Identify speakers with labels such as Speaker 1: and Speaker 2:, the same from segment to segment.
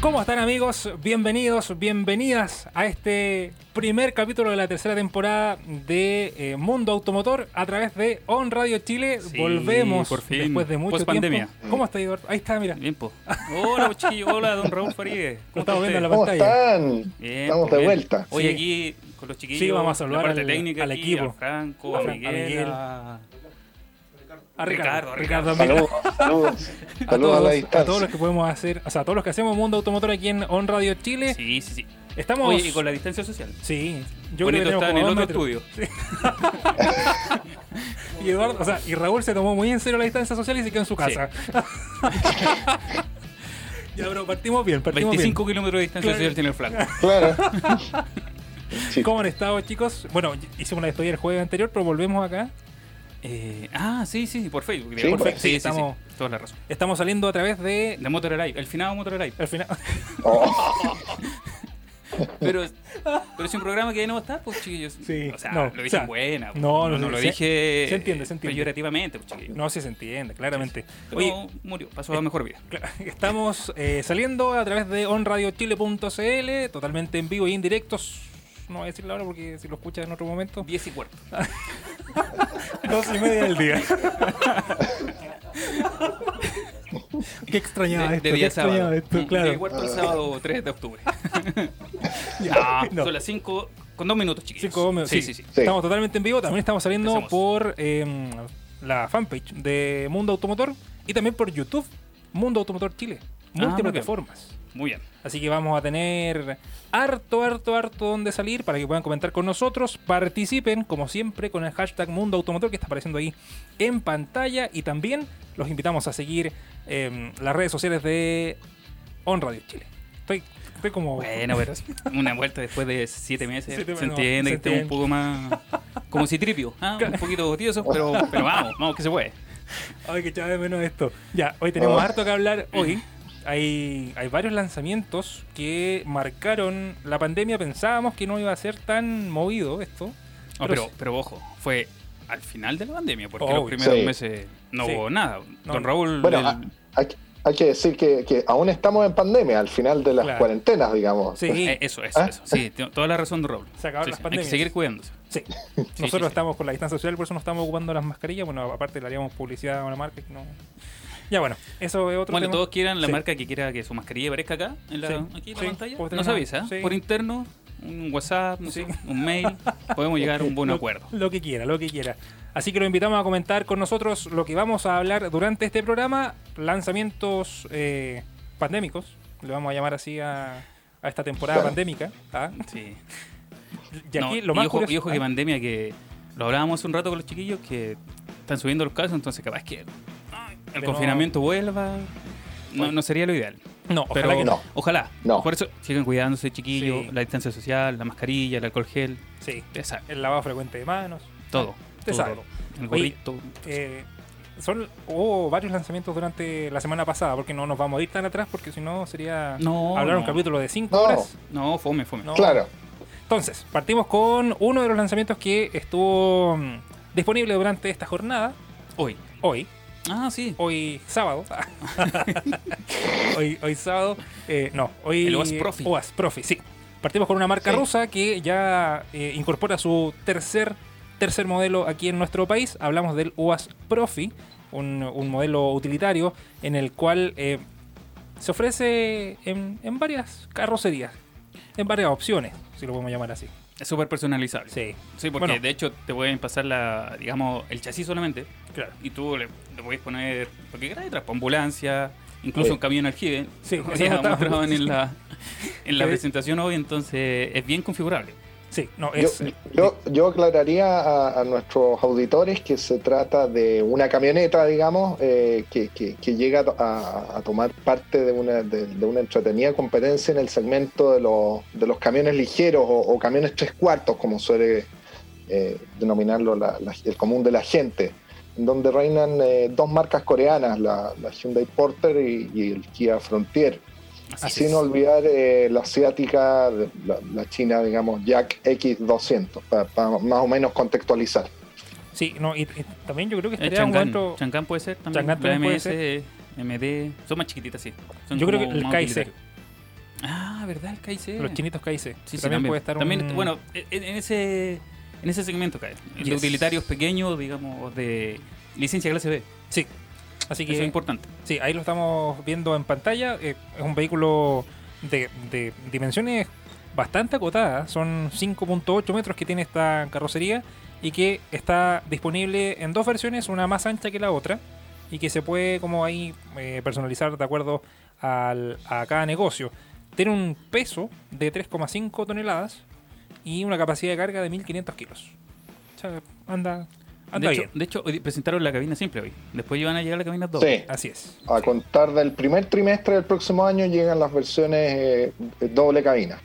Speaker 1: ¿Cómo están amigos? Bienvenidos, bienvenidas a este primer capítulo de la tercera temporada de eh, Mundo Automotor a través de On Radio Chile.
Speaker 2: Sí,
Speaker 1: Volvemos
Speaker 2: por fin.
Speaker 1: después de mucho
Speaker 2: Post pandemia.
Speaker 1: tiempo. ¿Cómo está Eduardo? Ahí está, mira.
Speaker 2: Bien, po. Hola, pues, chiquillo. Hola, don Raúl Farideh.
Speaker 1: Lo estamos viendo en la
Speaker 2: usted?
Speaker 3: ¿Cómo
Speaker 1: pantalla.
Speaker 3: están?
Speaker 2: Bien,
Speaker 3: Estamos
Speaker 2: pues,
Speaker 3: de
Speaker 2: bien.
Speaker 3: vuelta.
Speaker 2: Hoy
Speaker 1: Sí.
Speaker 2: aquí con los chiquillos.
Speaker 1: Sí, vamos a saludar
Speaker 2: la parte
Speaker 1: al-
Speaker 2: técnica
Speaker 1: al
Speaker 2: aquí,
Speaker 1: equipo.
Speaker 2: a Franco, a,
Speaker 1: A Fran- a
Speaker 2: Miguel,
Speaker 1: Miguel.
Speaker 2: a-
Speaker 1: A
Speaker 2: Ricardo,
Speaker 1: Ricardo, Ricardo,
Speaker 2: a Ricardo.
Speaker 1: también.
Speaker 3: Saludos, saludos,
Speaker 1: a
Speaker 3: saludos
Speaker 1: todos, a
Speaker 3: a la
Speaker 1: todos los
Speaker 3: distancia.
Speaker 1: que podemos hacer, o sea, a todos los que hacemos Mundo Automotor aquí en On Radio Chile.
Speaker 2: Sí, sí, sí.
Speaker 1: Estamos.
Speaker 2: Oye, y con la distancia social.
Speaker 1: Sí, yo
Speaker 2: Bonito
Speaker 1: creo que tenemos
Speaker 2: está en
Speaker 1: como
Speaker 2: el
Speaker 1: dos
Speaker 2: otro
Speaker 1: metros.
Speaker 2: estudio.
Speaker 1: Y Eduardo, o sea, y Raúl se tomó muy en serio la distancia social y se quedó en su casa. ya, pero partimos bien, partimos
Speaker 2: 25 kilómetros de distancia
Speaker 1: Claro.
Speaker 2: social tiene el Franco.
Speaker 3: Claro. Sí.
Speaker 1: bien. ¿Cómo han estado, chicos? Bueno, y- hicimos la despedida el jueves anterior, pero volvemos acá.
Speaker 2: Eh, ah, sí, sí, por Facebook.
Speaker 3: Sí,
Speaker 2: por
Speaker 3: pues.
Speaker 2: Facebook. Sí, sí, sí.
Speaker 1: Estamos-
Speaker 2: Toda la razón.
Speaker 1: Estamos saliendo a través de.
Speaker 2: De Motor Alive, el finado Motor Alive.
Speaker 1: Al final.
Speaker 3: Oh,
Speaker 2: Pero, pero es un programa que ahí no va a estar, pues chiquillos.
Speaker 1: Sí,
Speaker 2: O sea,
Speaker 1: no,
Speaker 2: lo
Speaker 1: o
Speaker 2: dije
Speaker 1: sea,
Speaker 2: en buena. pues.
Speaker 1: no, no,
Speaker 2: no,
Speaker 1: no,
Speaker 2: lo
Speaker 1: se-
Speaker 2: dije
Speaker 1: se entiende, se entiende.
Speaker 2: peyorativamente, pues chiquillos.
Speaker 1: No sé si se entiende, claramente.
Speaker 2: Pero
Speaker 1: Oye,
Speaker 2: murió, pasó a mejor vida.
Speaker 1: Claro, Estamos eh, saliendo a través de onradiochile.cl, totalmente en vivo y en directo. No voy a decir la hora porque si lo escuchas en otro momento.
Speaker 2: 10 eh, y cuarto.
Speaker 1: Dos y media del día. qué extrañaba
Speaker 2: de,
Speaker 1: esto,
Speaker 2: de
Speaker 1: qué
Speaker 2: día sábado.
Speaker 1: extrañaba esto,
Speaker 2: Mm,
Speaker 1: claro.
Speaker 2: De cuarto al sábado 3 de octubre.
Speaker 1: Ya,
Speaker 2: Ah,
Speaker 1: no.
Speaker 2: Son las 5 con 2 minutos, chiquillos.
Speaker 1: Cinco minutos,
Speaker 2: Sí,
Speaker 1: sí.
Speaker 2: sí, sí.
Speaker 3: Sí.
Speaker 1: Estamos totalmente en vivo. También estamos saliendo
Speaker 2: Empecemos.
Speaker 1: por eh, la fanpage de Mundo Automotor y también por YouTube, Mundo Automotor Chile.
Speaker 2: muy
Speaker 1: Multiplataformas.
Speaker 2: Muy bien.
Speaker 1: Así que vamos a tener harto, harto, harto donde salir para que puedan comentar con nosotros. Participen, como siempre, con el hashtag Mundo Automotor que está apareciendo ahí en pantalla. Y también los invitamos a seguir eh, las redes sociales de On Radio Chile. Estoy, estoy como.
Speaker 2: Bueno, pero una vuelta después de 7 meses.
Speaker 1: Siete
Speaker 2: se
Speaker 1: meses, no,
Speaker 2: entiende
Speaker 1: se
Speaker 2: que esté un
Speaker 1: entiende.
Speaker 2: poco más. Como si tripio. ¿ah? Un poquito tieso, pero, pero vamos, vamos que se puede.
Speaker 1: Ay, que echaba de menos esto. Ya, hoy tenemos
Speaker 3: Ah.
Speaker 1: harto que hablar. Hoy hay, hay varios lanzamientos que marcaron la pandemia. Pensábamos que no iba a ser tan movido esto. Pero-
Speaker 2: No, pero, pero ojo, fue al final de la pandemia, porque
Speaker 1: Obvio.
Speaker 2: los primeros
Speaker 3: Sí.
Speaker 2: meses no
Speaker 1: Sí.
Speaker 2: hubo nada.
Speaker 1: No,
Speaker 2: Don
Speaker 1: no.
Speaker 2: Raúl.
Speaker 3: bueno, ah,
Speaker 2: el-
Speaker 3: a- hay, hay que decir que, que aún estamos en pandemia, al final de las
Speaker 1: Claro.
Speaker 3: cuarentenas, digamos.
Speaker 1: Sí,
Speaker 2: eh, eso, eso,
Speaker 3: ¿Ah?
Speaker 2: eso. Sí, t- toda la razón, Don Raúl.
Speaker 1: Se acabaron
Speaker 2: Sí,
Speaker 1: las
Speaker 2: sí, Hay que
Speaker 1: pandemias.
Speaker 2: seguir cuidándose.
Speaker 1: Sí.
Speaker 2: sí,
Speaker 1: Nosotros
Speaker 2: sí.
Speaker 1: estamos con la distancia social, por eso no estamos ocupando las mascarillas. Bueno, aparte le haríamos publicidad a una marca que no. Ya bueno, eso es otro
Speaker 2: Bueno,
Speaker 1: tema.
Speaker 2: todos quieran la
Speaker 1: Sí.
Speaker 2: marca que quiera que su mascarilla aparezca acá, en la,
Speaker 1: Sí.
Speaker 2: aquí en la
Speaker 1: Sí.
Speaker 2: pantalla.
Speaker 1: Podemos
Speaker 2: Nos
Speaker 1: tener-
Speaker 2: avisa, ¿eh?
Speaker 1: sí.
Speaker 2: por interno, un WhatsApp, no
Speaker 1: Sí.
Speaker 2: sé, un mail. Podemos llegar a un buen
Speaker 1: Lo-
Speaker 2: acuerdo.
Speaker 1: Lo, que quiera, lo que quiera. Así que lo invitamos a comentar con nosotros lo que vamos a hablar durante este programa. Lanzamientos eh, pandémicos. Le vamos a llamar así a, a esta temporada
Speaker 3: Claro.
Speaker 1: pandémica. ¿ah?
Speaker 2: Sí.
Speaker 1: Y aquí
Speaker 2: No,
Speaker 1: lo más
Speaker 2: y ojo,
Speaker 1: curioso-
Speaker 2: y ojo
Speaker 1: ah,
Speaker 2: que pandemia que lo hablábamos hace un rato con los chiquillos que están subiendo los casos, entonces capaz que ay, el
Speaker 1: De
Speaker 2: confinamiento vuelva. No, no sería lo ideal.
Speaker 1: No, ojalá
Speaker 2: pero
Speaker 1: que no.
Speaker 2: ojalá.
Speaker 3: No.
Speaker 2: Por eso sigan cuidándose, chiquillos,
Speaker 1: Sí.
Speaker 2: la distancia social, la mascarilla, el alcohol gel,
Speaker 1: Sí,
Speaker 2: ustedes saben,
Speaker 1: el lavado frecuente de manos.
Speaker 2: todo.
Speaker 1: Ustedes
Speaker 2: todo,
Speaker 1: saben.
Speaker 2: todo. El
Speaker 1: Oye,
Speaker 2: gorrito.
Speaker 1: Eh, son, hubo varios lanzamientos durante la semana pasada, porque no nos vamos a ir tan atrás, porque si no sería
Speaker 2: No,
Speaker 1: hablar un
Speaker 2: no.
Speaker 1: capítulo de 5
Speaker 3: No.
Speaker 1: horas.
Speaker 2: No, fome, fome.
Speaker 1: No.
Speaker 3: Claro.
Speaker 1: Entonces, partimos con uno de los lanzamientos que estuvo mm, disponible durante esta jornada,
Speaker 2: Hoy.
Speaker 1: hoy,
Speaker 2: Ah, sí.
Speaker 1: hoy sábado. hoy, hoy sábado, eh, no, hoy.
Speaker 2: El OAS Profi.
Speaker 1: OAS Profi, sí. Partimos con una marca
Speaker 3: Sí.
Speaker 1: rusa que ya eh, incorpora su tercer, tercer modelo aquí en nuestro país. Hablamos del OAS Profi, un, un modelo utilitario en el cual eh, se ofrece en, en varias carrocerías, en varias opciones, si lo podemos llamar así.
Speaker 2: Es súper personalizable.
Speaker 1: Sí,
Speaker 2: Sí, porque
Speaker 1: Bueno.
Speaker 2: de hecho te pueden pasar la, digamos, el chasis solamente
Speaker 1: claro.
Speaker 2: y tú le, le puedes poner lo que quieras detrás, pa' ambulancia, incluso
Speaker 3: Sí.
Speaker 2: un camión aljibe.
Speaker 1: Sí,
Speaker 2: como
Speaker 1: eso
Speaker 2: ya
Speaker 1: está-
Speaker 2: mostraban en la, en la
Speaker 1: Sí.
Speaker 2: presentación hoy, entonces es bien configurable.
Speaker 1: Sí, no,
Speaker 3: Yo,
Speaker 1: es.
Speaker 3: yo, yo aclararía a, a nuestros auditores que se trata de una camioneta, digamos, eh, que, que- que llega a, a tomar parte de una, de, de una entretenida competencia en el segmento de los, de los camiones ligeros o, o camiones tres cuartos, como suele eh, denominarlo la- la- el común de la gente, en donde reinan eh, dos marcas coreanas, la, la Hyundai Porter y- y el Kia Frontier.
Speaker 2: Así
Speaker 3: Sin
Speaker 2: es.
Speaker 3: olvidar eh, la asiática, la, la china, digamos, Jack X200, para más o menos contextualizar.
Speaker 1: Sí, no, y, y también yo creo que
Speaker 2: Eh,
Speaker 1: estaría un
Speaker 2: Chang'an.
Speaker 1: momento.
Speaker 2: Chang'an puede ser también.
Speaker 1: Chang'an
Speaker 2: la
Speaker 1: también puede
Speaker 2: MS, MD. Son más chiquititas, sí. Son
Speaker 1: Yo creo
Speaker 2: como
Speaker 1: que el
Speaker 2: más
Speaker 1: KIC,
Speaker 2: utilitarias. Ah, ¿verdad? El KIC.
Speaker 1: los chinitos KIC.
Speaker 2: Sí,
Speaker 1: que
Speaker 2: sí,
Speaker 1: también, puede estar un-
Speaker 2: también, Bueno, en, en ese, en ese segmento cae. El De
Speaker 1: Yes.
Speaker 2: utilitarios pequeños, digamos, de licencia clase B.
Speaker 1: Sí. Así
Speaker 2: Eso es
Speaker 1: que
Speaker 2: importante.
Speaker 1: Sí, ahí lo estamos viendo en pantalla. Eh, es un vehículo de, de dimensiones bastante acotadas. Son 5.8 metros que tiene esta carrocería y que está disponible en dos versiones, una más ancha que la otra y que se puede como ahí eh, personalizar de acuerdo al- a cada negocio. Tiene un peso de 3,5 toneladas y una capacidad de carga de 1500 kilos. O sea, anda, anda
Speaker 2: de,
Speaker 1: bien.
Speaker 2: hecho, de hecho, hoy presentaron la cabina simple hoy. Después iban a llegar a la cabina doble.
Speaker 3: Sí,
Speaker 1: Así es.
Speaker 3: a contar del primer trimestre del próximo año llegan las versiones eh, doble cabina.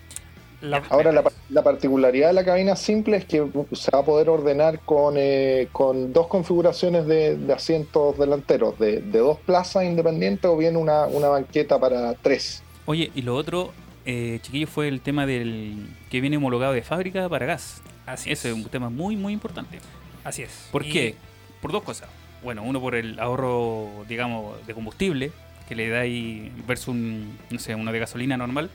Speaker 1: La-
Speaker 3: Ahora, la, par- la particularidad de la cabina simple es que uh, se va a poder ordenar con, eh, con dos configuraciones de, de asientos delanteros, de, de dos plazas independientes o bien una, una banqueta para tres.
Speaker 2: Oye, y lo otro, eh, chiquillos, fue el tema del que viene homologado de fábrica para gas.
Speaker 1: así
Speaker 2: Ese es un tema muy, muy importante.
Speaker 1: Así es.
Speaker 2: ¿Por
Speaker 1: Y-
Speaker 2: qué? Por dos cosas. Bueno, uno por el ahorro, digamos, de combustible que le da ahí versus un, no sé, uno de gasolina normal.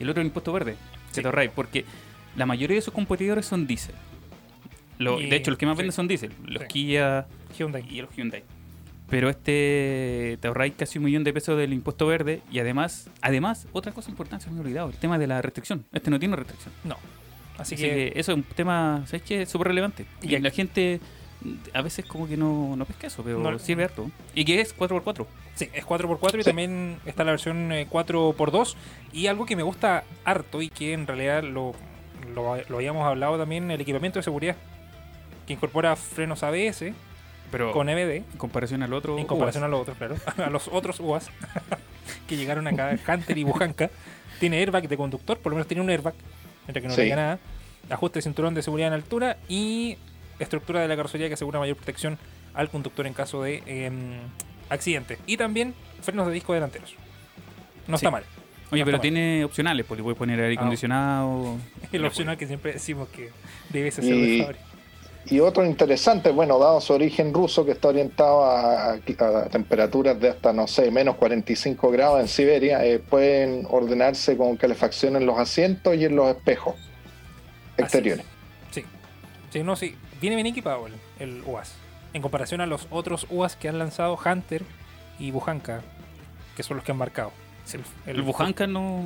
Speaker 2: Y el otro el impuesto verde, que
Speaker 1: Sí.
Speaker 2: te ahorráis, porque la mayoría de sus competidores son diésel. Lo-
Speaker 1: Y-
Speaker 2: de hecho, los que más
Speaker 1: sí.
Speaker 2: venden son diésel, los
Speaker 1: Sí.
Speaker 2: Kia
Speaker 1: Hyundai.
Speaker 2: y los Hyundai. Pero este te ahorráis casi un millón de pesos del impuesto verde y además, además, otra cosa importante, se me he olvidado, el tema de la restricción. Este no tiene restricción.
Speaker 1: No. Así,
Speaker 2: Así
Speaker 1: que,
Speaker 2: que, eso es un tema, ¿sabes qué? Súper relevante. Y
Speaker 1: Y-
Speaker 2: la gente mm, a veces como que no, no pesca eso, pero
Speaker 1: No-
Speaker 2: sirve harto. Y que es 4x4.
Speaker 1: sí, es 4x4 y también está la versión eh, 4x2. Y algo que me gusta harto y que en realidad lo, lo, lo habíamos hablado también, el equipamiento de seguridad que incorpora frenos ABS
Speaker 2: Pero
Speaker 1: con E EBD
Speaker 2: en comparación al otro...
Speaker 1: en comparación
Speaker 2: uvas.
Speaker 1: a los otros, claro, a los otros UAS que llegaron acá, Hunter y Bujanka. Tiene airbag de conductor, por lo menos tiene un airbag, mientras que no
Speaker 3: Sí.
Speaker 1: le llega nada. Ajuste de cinturón de seguridad en altura y estructura de la carrocería que asegura mayor protección al conductor en caso de em, accidente. Y también frenos de disco delanteros. No
Speaker 2: Sí.
Speaker 1: está mal.
Speaker 2: Oye,
Speaker 1: No
Speaker 2: pero
Speaker 1: está mal.
Speaker 2: tiene opcionales, pues le puedes poner aire
Speaker 1: Ah.
Speaker 2: acondicionado.
Speaker 1: El opcional que siempre decimos que debes hacer
Speaker 3: Y-
Speaker 1: de fábrica.
Speaker 3: Y otro interesante, bueno, dado su origen ruso que está orientado a, a temperaturas de hasta, no sé, menos 45 grados en Siberia, eh, pueden ordenarse con calefacción en los asientos y en los espejos exteriores.
Speaker 1: Sí. Sí, no, sí. Viene bien equipado el, el UAS. En comparación a los otros UAS que han lanzado Hunter y Bujanka, que son los que han marcado.
Speaker 2: El, Bujanca no...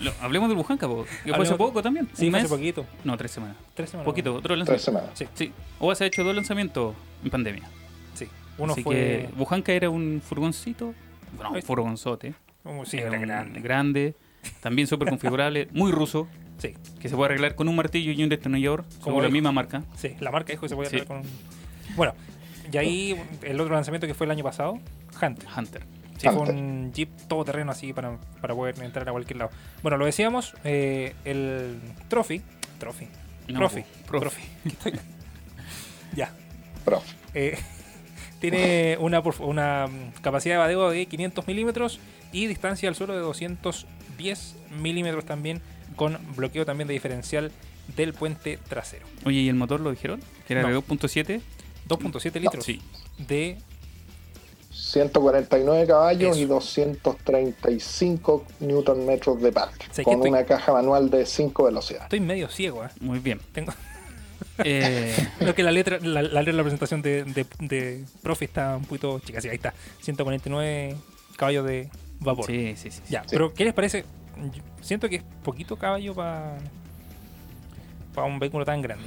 Speaker 2: lo- hablemos del Bujanca, po, que fue
Speaker 1: Hablemos-
Speaker 2: hace poco también.
Speaker 1: Sí,
Speaker 2: un
Speaker 1: fue hace
Speaker 2: mes.
Speaker 1: poquito.
Speaker 2: No, tres semanas.
Speaker 1: Tres semanas.
Speaker 2: Poquito, otro
Speaker 3: Tres
Speaker 2: lanzamiento.
Speaker 3: semanas.
Speaker 2: Sí, Uvas ha hecho dos lanzamientos en pandemia.
Speaker 1: Sí. Uno
Speaker 2: Así
Speaker 1: fue.
Speaker 2: que Bujanca era un furgoncito, bueno, un
Speaker 1: Ay.
Speaker 2: furgonzote.
Speaker 1: Oh, sí,
Speaker 2: Era
Speaker 1: era
Speaker 2: un
Speaker 1: grande.
Speaker 2: grande, también súper configurable, muy ruso.
Speaker 1: Sí,
Speaker 2: que se puede arreglar con un martillo y un detonador, como la
Speaker 1: el-
Speaker 2: misma marca.
Speaker 1: sí. La marca dijo que se podía
Speaker 2: Sí.
Speaker 1: arreglar con un- Bueno, y ahí el otro lanzamiento que fue el año pasado, Hunter.
Speaker 2: Hunter.
Speaker 1: Sí, fue
Speaker 3: Hunter.
Speaker 1: un jeep todoterreno así para, para poder entrar a cualquier lado. Bueno, lo decíamos, eh, el Trophy. Trophy.
Speaker 2: No,
Speaker 1: trophy.
Speaker 2: profe.
Speaker 1: Trophy. ya.
Speaker 3: Profe.
Speaker 1: Eh, tiene una, porf- una mm, capacidad de vadeo de 500 milímetros y distancia al suelo de 210 milímetros también, con bloqueo también de diferencial del puente trasero.
Speaker 2: Oye, ¿y el motor lo dijeron? Que era
Speaker 1: No.
Speaker 2: de 2.7.
Speaker 1: 2.7 litros
Speaker 2: Sí.
Speaker 1: de
Speaker 3: 149 caballos
Speaker 1: Eso.
Speaker 3: y 235 newton metros de par,
Speaker 1: Sé que
Speaker 3: con
Speaker 1: estoy-
Speaker 3: una caja manual de 5 velocidades.
Speaker 1: Estoy medio ciego, ¿eh?
Speaker 2: Muy bien.
Speaker 1: Tengo...
Speaker 2: Eh,
Speaker 1: Creo que la letra, la, la letra de la presentación de, de, de Profi está un poquito chica. Sí, ahí está. 149 caballos de vapor.
Speaker 2: sí, sí, sí.
Speaker 1: Ya,
Speaker 3: Sí.
Speaker 1: pero ¿qué les parece? Yo Siento que es poquito caballo para un vehículo tan grande.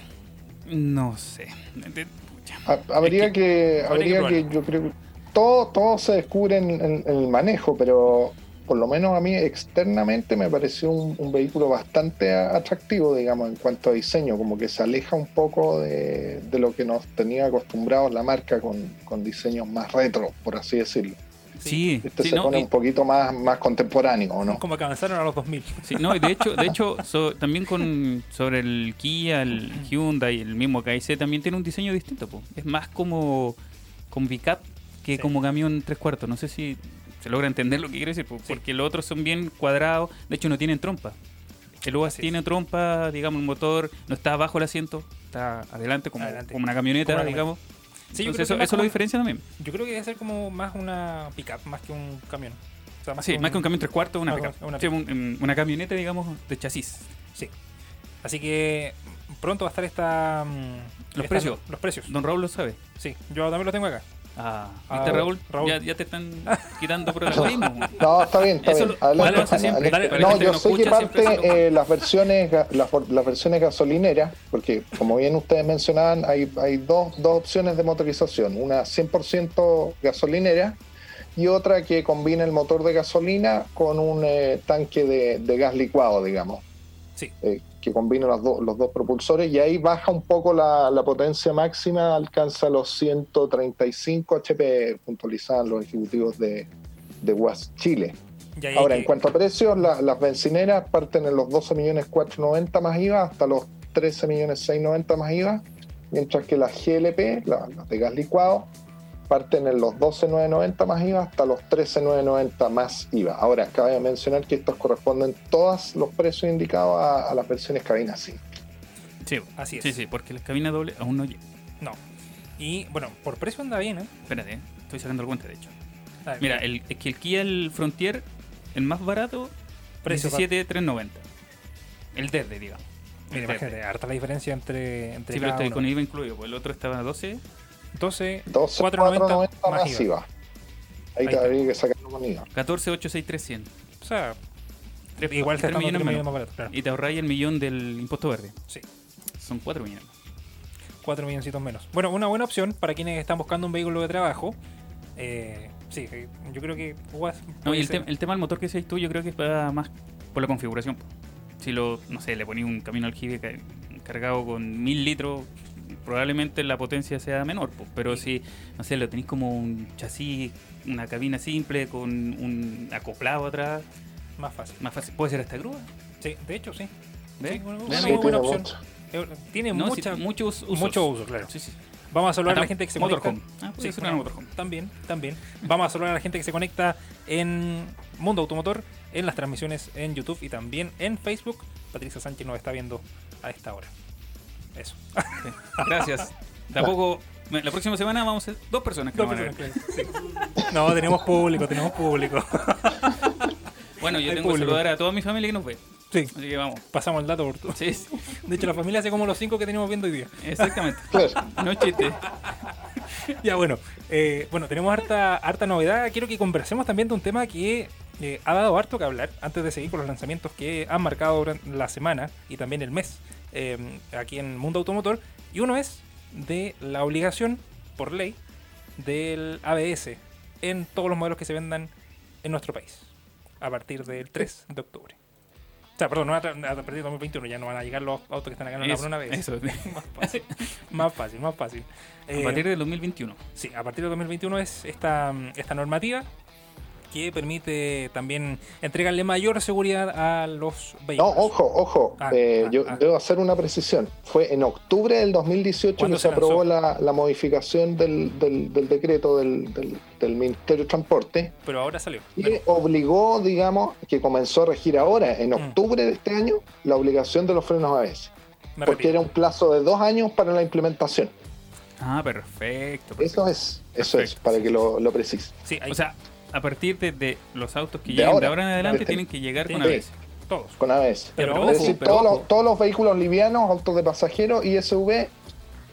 Speaker 2: No sé. De- pucha.
Speaker 3: Ha- Habría
Speaker 2: Es
Speaker 3: que,
Speaker 1: habría que
Speaker 3: habría que, yo creo, todo, todo se descubre en, en- en el manejo, pero por lo menos a mí externamente me pareció un, un vehículo bastante a- atractivo, digamos, en cuanto a diseño, como que se aleja un poco de, de lo que nos tenía acostumbrados la marca con, con diseños más retro, por así decirlo.
Speaker 2: Sí,
Speaker 3: Este
Speaker 2: sí,
Speaker 3: se
Speaker 2: no,
Speaker 3: pone
Speaker 2: y-
Speaker 3: un poquito más, más contemporáneo, ¿o ¿no?
Speaker 1: Como que avanzaron a los 2000.
Speaker 2: Sí, no, y de hecho, de hecho so- también con sobre el Kia, el Hyundai, el mismo KIC también tiene un diseño distinto. po. Es más como con pickup que
Speaker 1: Sí.
Speaker 2: como camión tres cuartos. No sé si se logra entender lo que quiere decir, po, porque los otros son bien cuadrados. De hecho, no tienen trompa. El UAS
Speaker 1: Así
Speaker 2: tiene trompa, digamos, el motor no está bajo el asiento, está adelante como,
Speaker 1: Adelante.
Speaker 2: como una camioneta,
Speaker 1: Como una
Speaker 2: digamos.
Speaker 1: Sí, yo creo que
Speaker 2: Entonces, Pues eso,
Speaker 1: más
Speaker 2: eso
Speaker 1: como-
Speaker 2: lo diferencia también.
Speaker 1: Yo creo que debe ser como más una pickup, más que un camión. O sea,
Speaker 2: sí, más que un camión tres cuartos, una,
Speaker 1: Ah,
Speaker 2: pickup.
Speaker 1: una
Speaker 2: Sí, un- una camioneta, digamos, de chasis.
Speaker 1: Sí. Así que mm, pronto va a estar esta. mm, esta-
Speaker 2: precios.
Speaker 1: Los precios.
Speaker 2: Don Raúl lo sabe.
Speaker 1: Sí, yo también lo tengo acá.
Speaker 2: Ah,
Speaker 1: Ah,
Speaker 2: ¿viste, Raúl?
Speaker 1: Raúl.
Speaker 2: Ya, ya te están quitando protagonismo.
Speaker 3: No, está bien, está
Speaker 2: Eso
Speaker 3: bien.
Speaker 2: lo-
Speaker 3: Adelante,
Speaker 2: dale, siempre,
Speaker 3: adelante.
Speaker 2: dale, para la
Speaker 3: no,
Speaker 2: gente
Speaker 3: yo
Speaker 2: que nos
Speaker 3: sé que
Speaker 2: escucha, siempre
Speaker 3: parte
Speaker 2: haciendo-
Speaker 3: eh, las versiones ga- las, for- las versiones gasolineras, porque como bien ustedes mencionaban, hay, hay dos, dos opciones de motorización, una 100% gasolinera y otra que combina el motor de gasolina con un eh, tanque de, de gas licuado, digamos.
Speaker 1: Sí.
Speaker 3: Eh, que combina los, dos- los dos propulsores y ahí baja un poco la, la potencia máxima, alcanza los 135 HP, puntualizaban los ejecutivos de, de UAS Chile.
Speaker 1: Y ahí hay
Speaker 3: Ahora,
Speaker 1: que-
Speaker 3: en cuanto a precios, la- las bencineras parten en los 12 millones 490 más IVA hasta los 13 millones 690 más IVA, mientras que las GLP, la- las de gas licuado, parten en los 12,990 más IVA hasta los 13,990 más IVA. Ahora, cabe mencionar que estos corresponden todos los precios indicados a, a las versiones cabina sí.
Speaker 2: Sí,
Speaker 1: Así es.
Speaker 2: Sí, sí, porque las cabinas doble aún no llegan.
Speaker 1: No. Y bueno, por precio anda bien, ¿eh?
Speaker 2: Espérate, eh, estoy sacando el cuenta, de hecho.
Speaker 1: A ver,
Speaker 2: Mira, eh, el, es que el Kia el Frontier, el más barato,
Speaker 1: Precio
Speaker 2: 17,390. El verde, digamos.
Speaker 1: mira,
Speaker 2: El verde.
Speaker 1: imagínate, harta la diferencia entre. entre
Speaker 2: Sí,
Speaker 1: cada
Speaker 2: pero estoy
Speaker 1: uno.
Speaker 2: con IVA incluido, pues el otro estaba a 12.
Speaker 1: 12.
Speaker 3: 12,490
Speaker 1: más
Speaker 3: más IVA. Ahí,
Speaker 1: Ahí está.
Speaker 3: habría que sacarlo con IVA.
Speaker 2: 14,863,100.
Speaker 1: O sea,
Speaker 2: Tres-
Speaker 1: igual te
Speaker 2: tres
Speaker 1: está dando
Speaker 2: millones
Speaker 1: tres millones
Speaker 2: menos.
Speaker 1: más barato. Claro.
Speaker 2: Y te ahorráis el millón del impuesto verde.
Speaker 1: Sí.
Speaker 2: Son 4 millones.
Speaker 1: 4 milloncitos menos. Bueno, una buena opción para quienes están buscando un vehículo de trabajo. Eh, sí, eh, yo creo que UAS
Speaker 2: No,
Speaker 1: puede
Speaker 2: y el,
Speaker 1: ser.
Speaker 2: tem- el tema del motor que decís tú, yo creo que es para más por la configuración. po. Si lo, no sé, le ponís un camino aljibe ca- cargado con mil litros, probablemente la potencia sea menor. po. Pero si, no sé, lo tenéis como un chasis, una cabina simple con un acoplado atrás,
Speaker 1: más fácil.
Speaker 2: más fácil. Puede ser hasta grúa.
Speaker 1: Sí, de hecho, sí.
Speaker 2: ¿Ve?
Speaker 1: Sí, bueno,
Speaker 2: ¿Ve?
Speaker 1: una
Speaker 3: Sí,
Speaker 1: muy buena
Speaker 3: tiene
Speaker 1: opción.
Speaker 3: mucho.
Speaker 1: Eh, Tiene
Speaker 2: No, sí,
Speaker 1: mucha,
Speaker 2: muchos usos.
Speaker 1: mucho uso, claro.
Speaker 2: Sí, sí.
Speaker 1: Vamos a saludar a
Speaker 2: Ah,
Speaker 1: la gente que se
Speaker 2: Motorhome.
Speaker 1: conecta.
Speaker 2: Ah, puede ser una motorhome.
Speaker 1: También, también. Vamos a saludar a la gente que se conecta en Mundo Automotor, en las transmisiones en YouTube y también en Facebook. Patricia Sánchez nos está viendo a esta hora. Eso.
Speaker 2: Gracias. Tampoco. La próxima semana vamos a ser dos personas que
Speaker 1: Dos
Speaker 2: nos van a
Speaker 1: personas, claro. Sí. No, tenemos público, tenemos público.
Speaker 2: ver. Bueno, yo
Speaker 1: Hay
Speaker 2: tengo que
Speaker 1: público.
Speaker 2: saludar a toda mi familia que nos ve.
Speaker 1: Sí,
Speaker 2: Así que vamos.
Speaker 1: pasamos el dato por tu-
Speaker 2: Sí, sí,
Speaker 1: De hecho, la familia hace como los cinco que tenemos viendo hoy día.
Speaker 2: exactamente.
Speaker 3: Claro.
Speaker 2: No es chiste.
Speaker 1: Ya, bueno. eh, bueno, tenemos harta, harta novedad. Quiero que conversemos también de un tema que eh, ha dado harto que hablar antes de seguir con los lanzamientos que han marcado durante la semana y también el mes eh, aquí en Mundo Automotor. Y uno es de la obligación, por ley, del ABS en todos los modelos que se vendan en nuestro país a partir del 3 de octubre. O sea, perdón, no a, tra- a partir de 2021 ya no van a llegar los autos que están acá en la
Speaker 2: Eso,
Speaker 1: una vez.
Speaker 2: eso.
Speaker 1: Más fácil, más fácil, más fácil.
Speaker 2: A
Speaker 1: Eh,
Speaker 2: partir del 2021.
Speaker 1: Sí, a partir de 2021 es esta, esta normativa que permite también entregarle mayor seguridad a los
Speaker 3: No,
Speaker 1: vehículos.
Speaker 3: ojo, ojo.
Speaker 1: Ah,
Speaker 3: Eh,
Speaker 1: ah,
Speaker 3: yo
Speaker 1: ah.
Speaker 3: debo hacer una precisión. Fue en octubre del 2018
Speaker 1: ¿Cuándo
Speaker 3: que se
Speaker 1: se lanzó?
Speaker 3: aprobó la, la modificación del, del- del decreto del, del- del Ministerio de Transporte
Speaker 1: Pero ahora salió.
Speaker 3: y obligó, digamos, que comenzó a regir ahora,
Speaker 1: Mm.
Speaker 3: en octubre de este año, la obligación de los frenos ABS.
Speaker 1: Me
Speaker 3: Porque era
Speaker 1: repito.
Speaker 3: un plazo de dos años para la implementación.
Speaker 2: Ah, perfecto. perfecto.
Speaker 3: Eso es, eso es,
Speaker 2: Perfecto.
Speaker 3: para que lo, lo precise.
Speaker 1: Sí, hay
Speaker 2: O sea, a partir de, de los autos que
Speaker 3: De
Speaker 2: llegan de
Speaker 3: ahora.
Speaker 2: ahora en adelante
Speaker 3: Desde-
Speaker 2: tienen que llegar con
Speaker 3: Sí.
Speaker 2: ABS.
Speaker 1: todos.
Speaker 3: Con ABS.
Speaker 1: Pero
Speaker 3: es
Speaker 1: ojo,
Speaker 3: decir,
Speaker 2: pero
Speaker 3: todos,
Speaker 2: ojo.
Speaker 3: los, todos los vehículos livianos, autos de pasajeros y SUV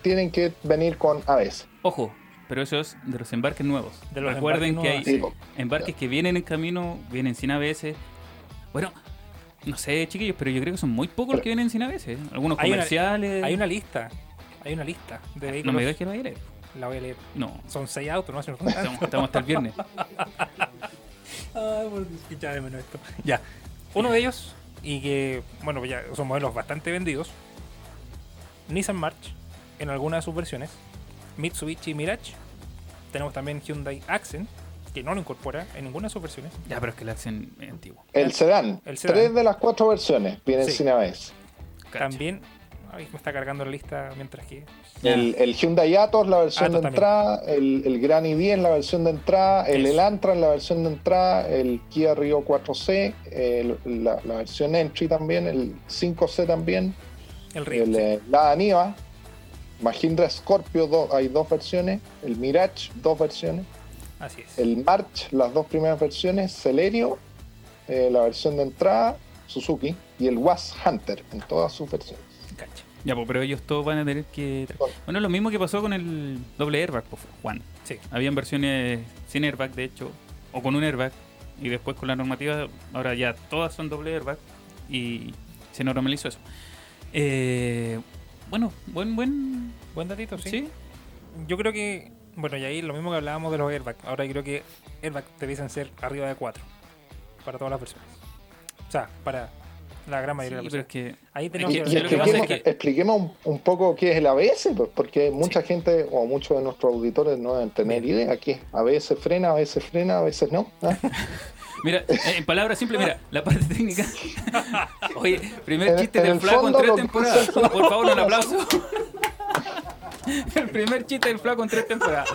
Speaker 3: tienen que venir con ABS.
Speaker 2: Ojo, pero eso es de los embarques nuevos.
Speaker 1: De los
Speaker 2: Recuerden
Speaker 1: embarques
Speaker 2: que hay
Speaker 3: nuevos.
Speaker 2: embarques que vienen en camino, vienen sin ABS. Bueno, no sé, chiquillos, pero yo creo que son muy pocos los que vienen sin ABS. Algunos
Speaker 1: Hay una-
Speaker 2: comerciales.
Speaker 1: Hay una lista. Hay una lista de
Speaker 2: no
Speaker 1: vehículos.
Speaker 2: me digas que no hay aire.
Speaker 1: La voy a leer.
Speaker 2: No,
Speaker 1: Son seis autos, ¿no? Si no son tantos.
Speaker 2: estamos, estamos hasta el viernes.
Speaker 1: Ay, por Dios, ya de menos esto. Ya. Uno de ellos, y que, bueno, ya son modelos bastante vendidos. Nissan March, en alguna de sus versiones. Mitsubishi Mirage. Tenemos también Hyundai Accent, que no lo incorpora en ninguna de sus versiones.
Speaker 2: Ya, pero es que el accent es antiguo.
Speaker 3: El sedán.
Speaker 1: El sedán.
Speaker 3: Tres de las cuatro versiones vienen
Speaker 1: Sí.
Speaker 3: sin ABS.
Speaker 2: Cacha.
Speaker 1: También. Ay, me está cargando la lista mientras que.
Speaker 2: Ya.
Speaker 3: El, el Hyundai Atos, la versión
Speaker 1: Atos
Speaker 3: de
Speaker 1: también.
Speaker 3: entrada. El, el Gran i10, la versión de entrada. El
Speaker 1: Eso.
Speaker 3: Elantra, la versión de entrada. El Kia Rio 4C, el- la, la versión entry también. El 5C también.
Speaker 1: El río.
Speaker 3: El, eh, la Aniva. Mahindra Scorpio, do- hay dos versiones. El Mirage, dos versiones.
Speaker 1: Así es.
Speaker 3: el March, las dos primeras versiones, Celerio, eh, la versión de entrada, Suzuki, y el Was Hunter en todas sus versiones.
Speaker 1: Cacha.
Speaker 2: Ya, pues, pero ellos todos van a tener que. tra- Bueno, lo mismo que pasó con el doble airbag, pues, Juan.
Speaker 1: Sí.
Speaker 2: Habían versiones sin airbag, de hecho, o con un airbag, y después con la normativa, ahora ya todas son doble airbag, y se normalizó eso. Eh, bueno, buen, buen.
Speaker 1: Buen datito,
Speaker 2: Sí.
Speaker 1: sí. Yo creo que. Bueno, y ahí lo mismo que hablábamos de los airbags. Ahora yo creo que airbags debiesen ser arriba de 4 para todas las versiones. O sea, para la gran mayoría
Speaker 2: Sí,
Speaker 1: de
Speaker 2: pero
Speaker 1: las
Speaker 2: es que.
Speaker 1: Ahí
Speaker 3: Y,
Speaker 1: tenemos
Speaker 3: y
Speaker 2: es
Speaker 1: que,
Speaker 2: sí, lo que pasa
Speaker 3: expliquemos,
Speaker 2: es que-
Speaker 3: expliquemos un, un poco qué es el ABS, pues, porque mucha gente o muchos de nuestros auditores no deben tener idea qué es. A veces frena, a veces frena, a veces no. ¿ah?
Speaker 2: Mira, eh, en palabras simples, mira, la parte técnica. Oye, primer
Speaker 3: En-
Speaker 2: chiste
Speaker 3: en
Speaker 2: del
Speaker 3: el
Speaker 2: flaco en
Speaker 3: fondo
Speaker 2: tres
Speaker 3: lo-
Speaker 2: temporadas. Por favor, un aplauso. El primer chiste del flaco en tres temporadas.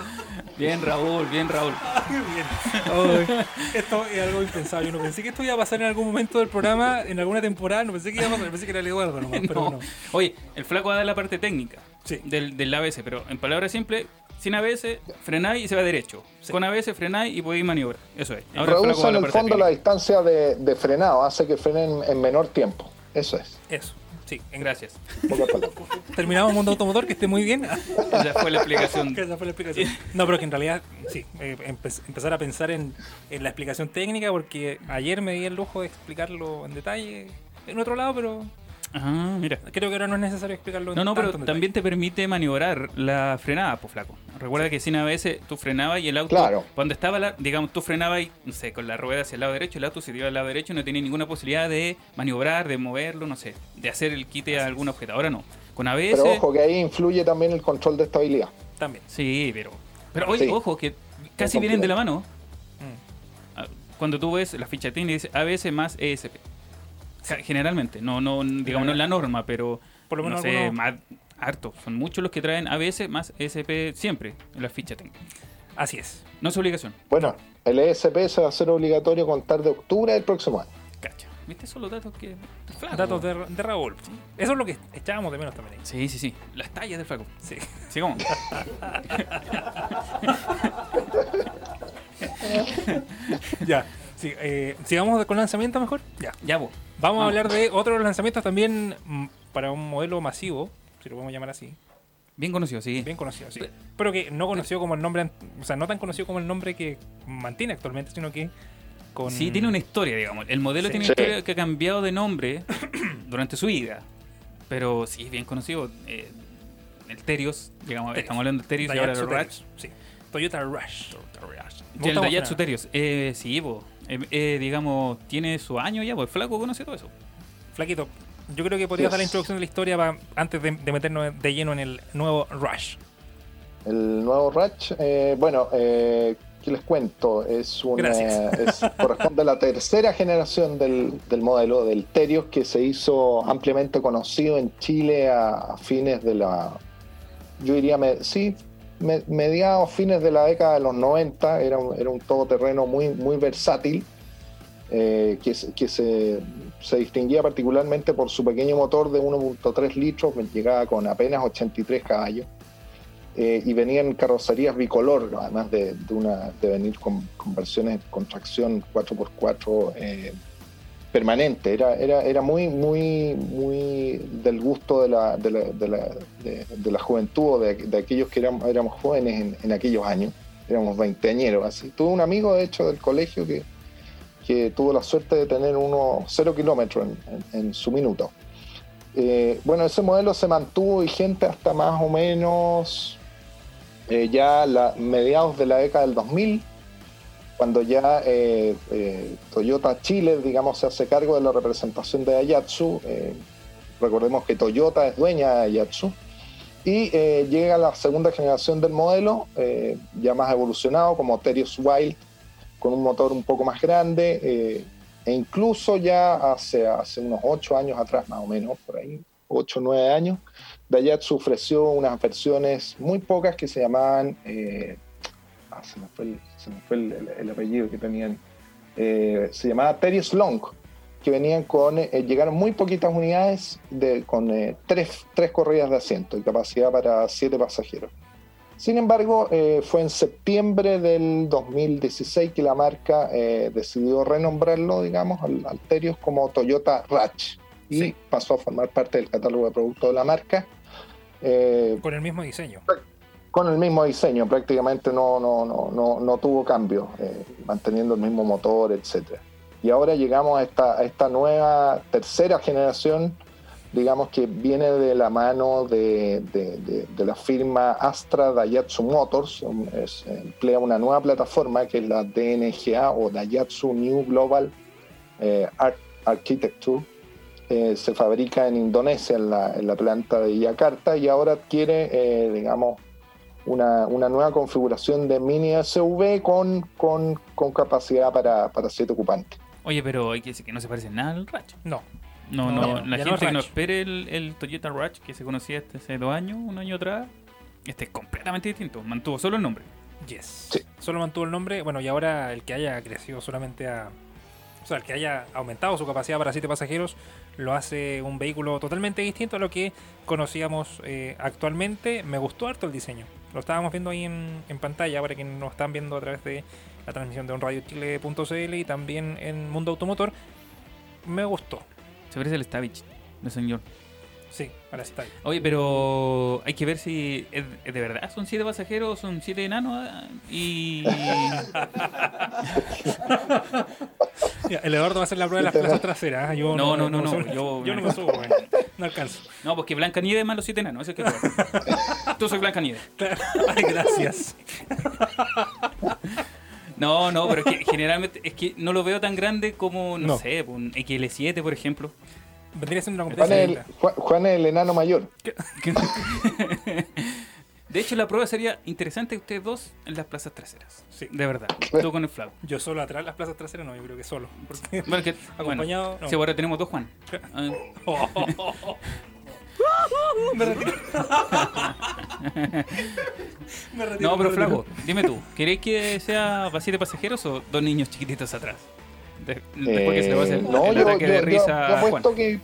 Speaker 2: Bien, Raúl, bien, Raúl.
Speaker 1: Ay, esto es algo impensable. Yo no pensé que esto iba a pasar en algún momento del programa, en alguna temporada. No pensé que iba a pasar. Pensé que era el Eduardo nomás, pero no.
Speaker 2: No. Oye, el flaco va a dar la parte técnica
Speaker 1: Sí.
Speaker 2: del, del ABS, pero en palabras simples, sin ABS, frenáis y se va derecho. Con ABS, frenáis y podéis maniobrar. Eso es. el flaco va
Speaker 3: Reduce
Speaker 2: a
Speaker 3: en
Speaker 2: la
Speaker 3: el
Speaker 2: parte
Speaker 3: fondo la
Speaker 2: técnica.
Speaker 3: distancia de, de frenado, hace que frenen en menor tiempo. Eso es.
Speaker 1: Eso. Sí, en gracia.
Speaker 2: Gracias.
Speaker 3: en pocas palabras.
Speaker 1: Terminamos Mundo Automotor, que esté muy bien.
Speaker 2: Esa fue la explicación.
Speaker 1: Que esa fue la explicación. No, pero que en realidad, sí, eh, empe- empezar a pensar en, en la explicación técnica, porque ayer me di el lujo de explicarlo en detalle en otro lado, pero
Speaker 2: Ah, mira.
Speaker 1: creo que ahora no es necesario explicarlo en
Speaker 2: No, no, pero
Speaker 1: tanto en detalle.
Speaker 2: también te permite maniobrar la frenada, pues flaco. Recuerda que sin ABS tú frenabas y el auto,
Speaker 3: Claro.
Speaker 2: cuando estaba, la, digamos, tú frenabas y, no sé, con la rueda hacia el lado derecho, el auto se iba al lado derecho y no tenía ninguna posibilidad de maniobrar, de moverlo, no sé, de hacer el quite a algún objeto. Ahora no. Con ABS...
Speaker 3: Pero ojo que ahí influye también el control de estabilidad.
Speaker 1: También.
Speaker 2: Sí, pero... Pero oye,
Speaker 3: Sí.
Speaker 2: ojo, que casi vienen de la mano.
Speaker 1: Mm.
Speaker 2: Ah, Cuando tú ves la ficha técnica dice ABS más ESP. Ca- Generalmente, no, no, digamos, no es la norma, pero...
Speaker 1: Por lo menos
Speaker 2: no sé,
Speaker 1: algunos-
Speaker 2: más- harto. Son muchos los que traen ABS más ESP siempre en la ficha técnica.
Speaker 1: Así es.
Speaker 2: No es obligación.
Speaker 3: Bueno, el ESP se va a hacer obligatorio contar de octubre del próximo año.
Speaker 2: Cacha. ¿Viste esos los datos que. flaco?
Speaker 1: Datos de, de Raúl. Eso es lo que echábamos de menos también. ahí.
Speaker 2: Sí, sí, sí. Las tallas del flaco.
Speaker 1: Sí.
Speaker 2: Sigamos.
Speaker 1: ya. Sí, eh, Sigamos con lanzamiento mejor. Ya.
Speaker 2: ya, vos.
Speaker 1: Vamos
Speaker 2: Vamos.
Speaker 1: a hablar de otros lanzamientos también mm, para un modelo masivo, si lo podemos llamar así.
Speaker 2: Bien conocido, sí.
Speaker 1: Bien conocido, sí. Pero que no conocido como el nombre, ant- o sea, no tan conocido como el nombre que mantiene actualmente, sino que con...
Speaker 2: Sí, tiene una historia, digamos. El modelo
Speaker 1: Sí.
Speaker 2: tiene
Speaker 3: Sí.
Speaker 2: una historia que ha cambiado de nombre durante su vida. Pero sí, es bien conocido. Eh, el Terios, digamos,
Speaker 1: Terios.
Speaker 2: estamos hablando de Terios y ahora
Speaker 1: Daihatsu
Speaker 2: el Ratch.
Speaker 1: Terios, Sí. Toyota Rush. Me
Speaker 2: Y el
Speaker 1: gusta
Speaker 2: Daihatsu
Speaker 1: más que nada.
Speaker 2: Terios. Eh, sí, vos. Eh, eh, digamos, tiene su año ya, pues el flaco conoce todo eso.
Speaker 1: Flaquito, yo creo que podrías
Speaker 3: Yes.
Speaker 1: dar la introducción de la historia pa- antes de, de meternos de lleno en el nuevo Rush.
Speaker 3: El nuevo Ratch, eh, bueno, eh, ¿qué les cuento? Es una,
Speaker 1: Gracias.
Speaker 3: es- corresponde a la tercera generación del, del modelo del Terios que se hizo ampliamente conocido en Chile a, a fines de la, yo diría, me- sí, me- mediados, fines de la década de los 90, era un, era un todoterreno muy, muy versátil, eh, que, se- que se, se distinguía particularmente por su pequeño motor de 1.3 litros, llegaba con apenas 83 caballos, eh, y venían carrocerías bicolor, además de, de una, de venir con, con versiones con tracción 4x4 eh, permanente. Era, era, era muy, muy, muy del gusto de la, de la, de la- de- de la juventud o de, de aquellos que éramos, éramos jóvenes en, en aquellos años. Éramos veinteañeros, así. Tuve un amigo, de hecho, del colegio que, que tuvo la suerte de tener uno cero kilómetros en, en- en su minuto. Eh, bueno, ese modelo se mantuvo vigente hasta más o menos eh, ya la, mediados de la década del 2000, cuando ya eh, eh, Toyota Chile, digamos, se hace cargo de la representación de Ayatsu, eh, recordemos que Toyota es dueña de Ayatsu, y eh, llega la segunda generación del modelo, eh, ya más evolucionado, como Terios Wild, con un motor un poco más grande, e incluso ya hace, hace unos 8 años atrás, más o menos, por ahí, 8 o 9 años, Daihatsu ofreció unas versiones muy pocas que se llamaban Ah, se me fue, el, se me fue el, el, el apellido que tenían, eh, se llamaba Terius Long, que venían con, eh, llegaron muy poquitas unidades de, con eh, tres, tres, corridas de asiento y capacidad para siete pasajeros. Sin embargo, eh, fue en septiembre del 2016 que la marca eh, decidió renombrarlo, digamos, al, al Terios como Toyota Ratch y sí. pasó a formar parte del catálogo de productos de la marca. Eh,
Speaker 1: con el mismo diseño
Speaker 3: con el mismo diseño, prácticamente no, no, no, no, no tuvo cambios, eh, manteniendo el mismo motor, etc. Y ahora llegamos a esta, a esta nueva tercera generación, digamos que viene de la mano de, de, de, de la firma Astra Daihatsu Motors, es, emplea una nueva plataforma que es la DNGA o Daihatsu New Global eh, Ar Architecture, eh, se fabrica en Indonesia, en la, en la, planta de Yakarta, y ahora adquiere, eh, digamos, una, una, nueva configuración de mini SUV con, con, con capacidad para, para siete ocupantes.
Speaker 2: Oye, pero hay que decir que no se parece nada al Ratch.
Speaker 1: No.
Speaker 2: No, no, no la gente no que no espere el, el, Toyota Ratch que se conocía este hace dos años, un año atrás, este es completamente distinto. Mantuvo solo el nombre.
Speaker 1: Yes. Sí. Solo mantuvo el nombre. Bueno, y ahora el que haya crecido solamente a. O sea, el que haya aumentado su capacidad para siete pasajeros lo hace un vehículo totalmente distinto a lo que conocíamos eh, actualmente. Me gustó harto el diseño lo estábamos viendo ahí en, en, pantalla para quienes nos están viendo a través de la transmisión de onradiochile.cl y también en Mundo Automotor. Me gustó.
Speaker 2: Se parece al Stavich, el señor.
Speaker 1: Sí, al Stavich.
Speaker 2: Oye, pero hay que ver si es, es de verdad son siete pasajeros, son siete enanos ah, y...
Speaker 1: ya, el Eduardo va a hacer la prueba de las plazas traseras. ¿ah? Yo
Speaker 2: no, no, no, no, no,
Speaker 1: yo, yo no me subo, eh. no alcanzo.
Speaker 2: No, porque Blanca Nieve más los siete enanos, eso es que Tú soy Blanca Nieve.
Speaker 1: Claro. Ay, gracias.
Speaker 2: No, no, pero es que generalmente es que no lo veo tan grande como, no, no. sé, pues, un XL7, por ejemplo.
Speaker 1: Vendría siendo una
Speaker 3: Juan, el, Juan es el enano mayor.
Speaker 2: De hecho, la prueba sería interesante ustedes dos en las plazas traseras.
Speaker 1: Sí.
Speaker 2: De verdad. Tú con el flaco.
Speaker 1: Yo solo atrás, las plazas traseras no, yo creo que solo.
Speaker 2: Porque bueno, que, acompañado. Bueno, no. Sí, pues, ahora tenemos dos Juan. Ah, Uh.
Speaker 1: Me retiro.
Speaker 2: me retiro. No, pero Flaco, dime tú, ¿queréis que sea vacío de pasajeros o dos niños chiquititos atrás? De, después eh, que se le pase el, no, el yo, ataque yo, de risa.
Speaker 3: Yo, apuesto que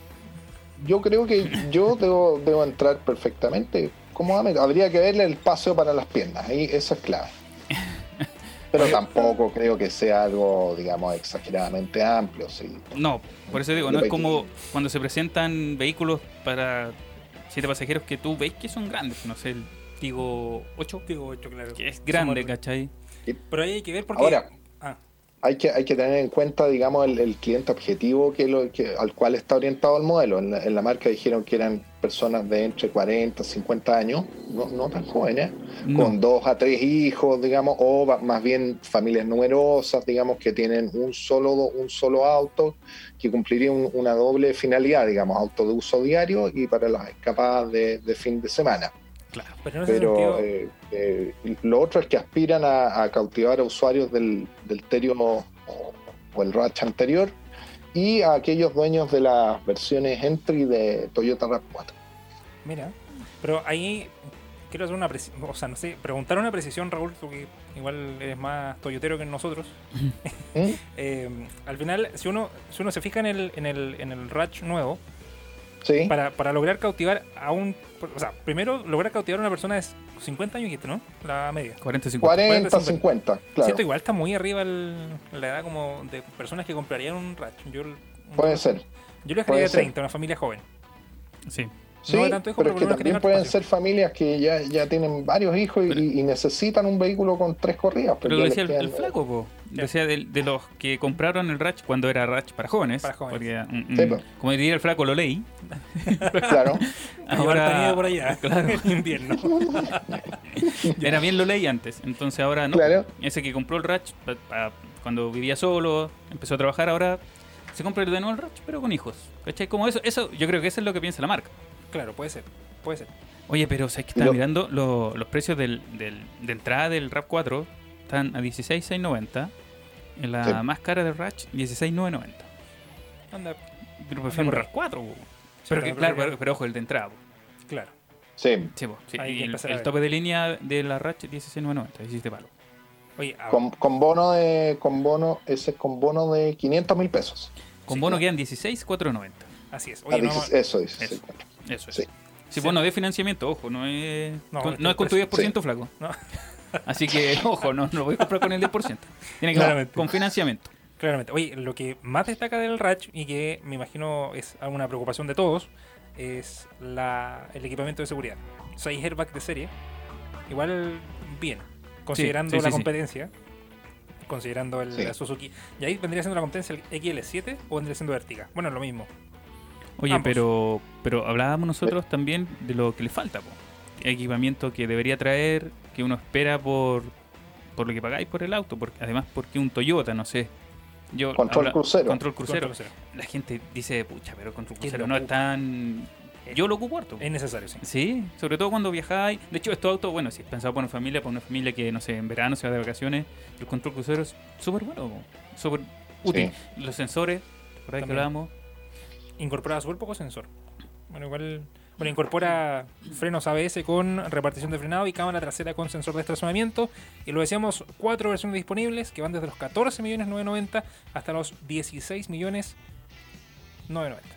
Speaker 3: yo creo que yo debo, debo entrar perfectamente. Cómodamente. Habría que verle el espacio para las piernas, ahí eso es clave. Pero tampoco creo que sea algo, digamos, exageradamente amplio. Sí.
Speaker 2: No, por eso digo, no es como cuando se presentan vehículos para siete pasajeros que tú ves que son grandes, no sé, el Tigo 8.
Speaker 1: Tigo 8, claro.
Speaker 2: Que es grande, ¿cachai?
Speaker 1: Pero ahí hay que ver porque...
Speaker 3: Ahora, ah. hay, que, hay que tener en cuenta, digamos, el, el cliente objetivo que lo, que, al cual está orientado el modelo. En la, en la, marca dijeron que eran personas de entre 40, 50 años, no, no tan jóvenes, no. con dos a tres hijos, digamos, o más bien familias numerosas, digamos, que tienen un solo, un solo auto que cumpliría un, una doble finalidad, digamos, auto de uso diario y para las escapadas de, de fin de semana.
Speaker 1: Claro, pero,
Speaker 3: no pero eh, eh, lo otro es que aspiran a, a cautivar a usuarios del, del Terio o, o el Ratch anterior y a aquellos dueños de las versiones entry de Toyota RAV4.
Speaker 1: Mira, pero ahí quiero hacer una precisión, o sea, no sé, preguntar una precisión, Raúl, tú que igual eres más toyotero que nosotros.
Speaker 3: ¿Mm?
Speaker 1: ¿Eh? eh, al final, si uno, si uno se fija en el, en el, en el Ratch nuevo,
Speaker 3: ¿Sí?
Speaker 1: para, para lograr cautivar a un. O sea, primero lograr cautivar a una persona es 50 años, ¿no? La media.
Speaker 2: 40,
Speaker 3: 50. 40, 40 50, 50, claro.
Speaker 1: Siento igual está muy arriba el, la edad como de personas que comprarían un Ratch. Yo, un
Speaker 3: Puede ser.
Speaker 1: Yo le dejaría 30, una familia joven.
Speaker 2: Sí.
Speaker 3: Sí, no tanto hijo, pero, pero es que también pueden espacio. ser familias que ya, ya tienen varios hijos y, pero, y necesitan un vehículo con tres corridas.
Speaker 2: Pero, lo decía el, el, flaco, po.
Speaker 1: Ya.
Speaker 2: decía de, de los que compraron el Ratch cuando era Ratch para jóvenes.
Speaker 1: Para jóvenes.
Speaker 2: porque, mm, mm,
Speaker 3: Sí, po.
Speaker 2: como diría el flaco, lo leí.
Speaker 3: Claro.
Speaker 1: Ahora por allá.
Speaker 2: Claro.
Speaker 1: en invierno.
Speaker 2: Era bien lo leí antes, entonces ahora no.
Speaker 3: Claro.
Speaker 2: Ese que compró el Ratch pa- pa- cuando vivía solo, empezó a trabajar, ahora se compra de nuevo el Ratch, pero con hijos. ¿Cachai? Como eso, eso yo creo que eso es lo que piensa la marca.
Speaker 1: Claro, puede ser. Puede ser.
Speaker 2: Oye, pero ¿sabes que estaba
Speaker 3: Lo-
Speaker 2: mirando lo- los precios del, del- de entrada del Rap 4? Están a 16,690. En la
Speaker 3: Sí.
Speaker 2: más cara del Ratch, 16,990.
Speaker 1: Anda,
Speaker 2: Pero prefiero un
Speaker 1: Anda.
Speaker 2: Rap 4, po.
Speaker 1: Sí,
Speaker 2: Pero,
Speaker 1: claro,
Speaker 2: que,
Speaker 1: pero
Speaker 2: claro,
Speaker 1: que-
Speaker 2: pero, pero ojo, el de entrada, po.
Speaker 1: claro.
Speaker 3: Sí.
Speaker 2: Sí, po, sí.
Speaker 1: Hay que
Speaker 2: Y el,
Speaker 1: empezar a
Speaker 2: el
Speaker 1: ver.
Speaker 2: tope de línea de la Ratch, 16,990. 17 palos.
Speaker 1: Oye, ah, a-
Speaker 3: Con, con bono de. Con bono, ese es con bono de 500 mil pesos.
Speaker 2: Con
Speaker 1: Sí,
Speaker 2: bono
Speaker 1: claro.
Speaker 2: quedan 16,490.
Speaker 1: así es.
Speaker 3: Ah,
Speaker 1: Oye, no,
Speaker 3: dices- eso dice.
Speaker 2: Eso.
Speaker 3: sí, claro.
Speaker 2: Eso es.
Speaker 3: Sí.
Speaker 2: Sí, bueno, de financiamiento, ojo, no es,
Speaker 1: No,
Speaker 2: con-
Speaker 1: es
Speaker 2: no es con tu
Speaker 1: precio.
Speaker 2: 10% flaco.
Speaker 1: No.
Speaker 2: Así que, ojo, no, no lo voy a comprar con el 10%. Tiene que ser
Speaker 1: Claramente.
Speaker 2: con financiamiento.
Speaker 1: Claramente. Oye, lo que más destaca del Ratch y que me imagino es una preocupación de todos es la, el equipamiento de seguridad. 6 airbags de serie. Igual bien, considerando
Speaker 2: sí, sí,
Speaker 1: la
Speaker 2: sí.
Speaker 1: competencia. Considerando el,
Speaker 3: Sí.
Speaker 1: la Suzuki. Y ahí vendría siendo la competencia el XL7 o vendría siendo Vertiga. Bueno, es lo mismo.
Speaker 2: Oye,
Speaker 1: Ambos.
Speaker 2: pero pero hablábamos nosotros también de lo que le falta, po. equipamiento que debería traer, que uno espera por, por lo que pagáis por el auto, porque además porque un Toyota, no sé. Yo
Speaker 3: Control crucero.
Speaker 2: Control crucero.
Speaker 1: Contra crucero.
Speaker 2: La gente dice, pucha, pero control
Speaker 1: ¿Quién
Speaker 2: crucero
Speaker 1: lo
Speaker 2: no es
Speaker 1: ocupa?
Speaker 2: tan... Yo lo ocupo harto. po.
Speaker 1: Es necesario, sí.
Speaker 2: Sí, sobre todo cuando viajáis. De hecho, estos autos, bueno, si es pensado para una familia, para una familia que, no sé, en verano se va de vacaciones, el control crucero es súper bueno, súper útil. Los sensores, por ahí que
Speaker 1: También.
Speaker 2: hablábamos.
Speaker 1: Incorpora súper poco sensor. Bueno, igual. Bueno, incorpora frenos ABS con repartición de frenado y cámara trasera con sensor de estacionamiento. Y lo decíamos, cuatro versiones disponibles que van desde los 14 millones 990 hasta los 16 millones 990.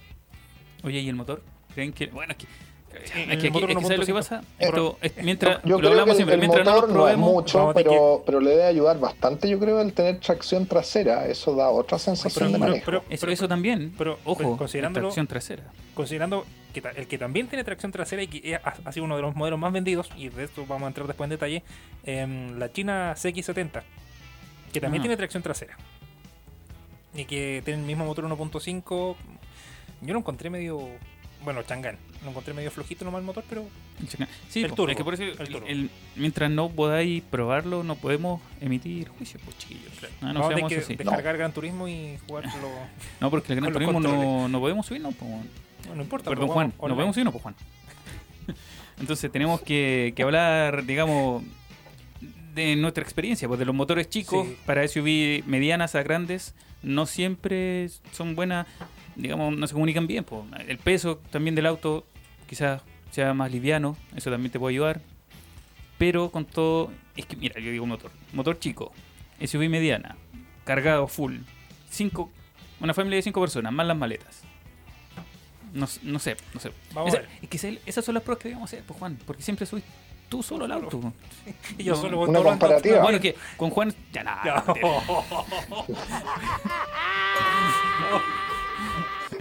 Speaker 2: Oye, ¿y el motor? ¿Creen que.? Bueno, es que. Es que,
Speaker 1: el
Speaker 2: es que-
Speaker 1: motor
Speaker 2: es que ¿sabes lo que
Speaker 1: 1.5?
Speaker 2: pasa? Esto, es- mientras,
Speaker 3: Yo
Speaker 2: lo
Speaker 3: creo que
Speaker 2: hablamos
Speaker 3: el,
Speaker 2: siempre,
Speaker 3: el
Speaker 2: mientras no
Speaker 3: motor
Speaker 2: lo
Speaker 3: no, es
Speaker 2: probemos,
Speaker 3: mucho,
Speaker 1: vamos a tener
Speaker 3: pero, pero le debe ayudar bastante, yo creo, el tener tracción trasera. Eso da otra sensación de manejo.
Speaker 2: eso, eso también,
Speaker 1: pero-
Speaker 2: ojo,
Speaker 1: pero
Speaker 2: la
Speaker 1: considerándolo-
Speaker 2: tracción trasera.
Speaker 1: considerando que ta- el que también tiene tracción trasera y que ha, ha sido uno de los modelos más vendidos, y de esto vamos a entrar después en detalle, em, la China CX70, que también
Speaker 2: Ah.
Speaker 1: tiene tracción trasera. Y que tiene el mismo motor 1.5. Yo lo encontré medio... Bueno, changán. Lo encontré medio flojito nomás el motor, pero...
Speaker 2: Sí,
Speaker 1: El
Speaker 2: po,
Speaker 1: turbo,
Speaker 2: es que por eso,
Speaker 1: el
Speaker 2: el-
Speaker 1: turbo.
Speaker 2: el- mientras no podáis probarlo, no podemos emitir juicios, pues chiquillos. Ah, no,
Speaker 1: vamos a
Speaker 2: seamos
Speaker 1: tener que
Speaker 2: así.
Speaker 1: descargar Gran Turismo y jugarlo...
Speaker 2: No, porque el
Speaker 1: con los
Speaker 2: Gran Turismo no,
Speaker 1: controles.
Speaker 2: no podemos subirnos, po, weón.
Speaker 1: No, no importa.
Speaker 2: Perdón,
Speaker 1: lo
Speaker 2: Juan.
Speaker 1: jugamos
Speaker 2: Nos
Speaker 1: online.
Speaker 2: vemos y no, pues, Juan. Entonces tenemos que, que hablar, digamos, de nuestra experiencia, pues de los motores chicos
Speaker 1: Sí.
Speaker 2: para SUV medianas a grandes no siempre son buenas, digamos, no se comunican bien. pues. El peso también del auto quizás sea más liviano, eso también te puede ayudar. Pero con todo, es que mira, yo digo motor, motor chico, SUV mediana, cargado full, cinco, una familia de cinco personas, más las maletas. No, s- no sé, no sé.
Speaker 1: Vamos
Speaker 2: Esa-
Speaker 1: a ver.
Speaker 2: es que esa- esas son las pruebas que debemos hacer, pues Juan, porque siempre subís tú solo el auto. pues.
Speaker 1: Y yo
Speaker 2: No,
Speaker 1: solo
Speaker 2: no.
Speaker 1: voy
Speaker 3: Una
Speaker 1: tomando-
Speaker 3: comparativa.
Speaker 2: Bueno, que con Juan ya nada.
Speaker 1: Ya.
Speaker 2: Ah, mentira.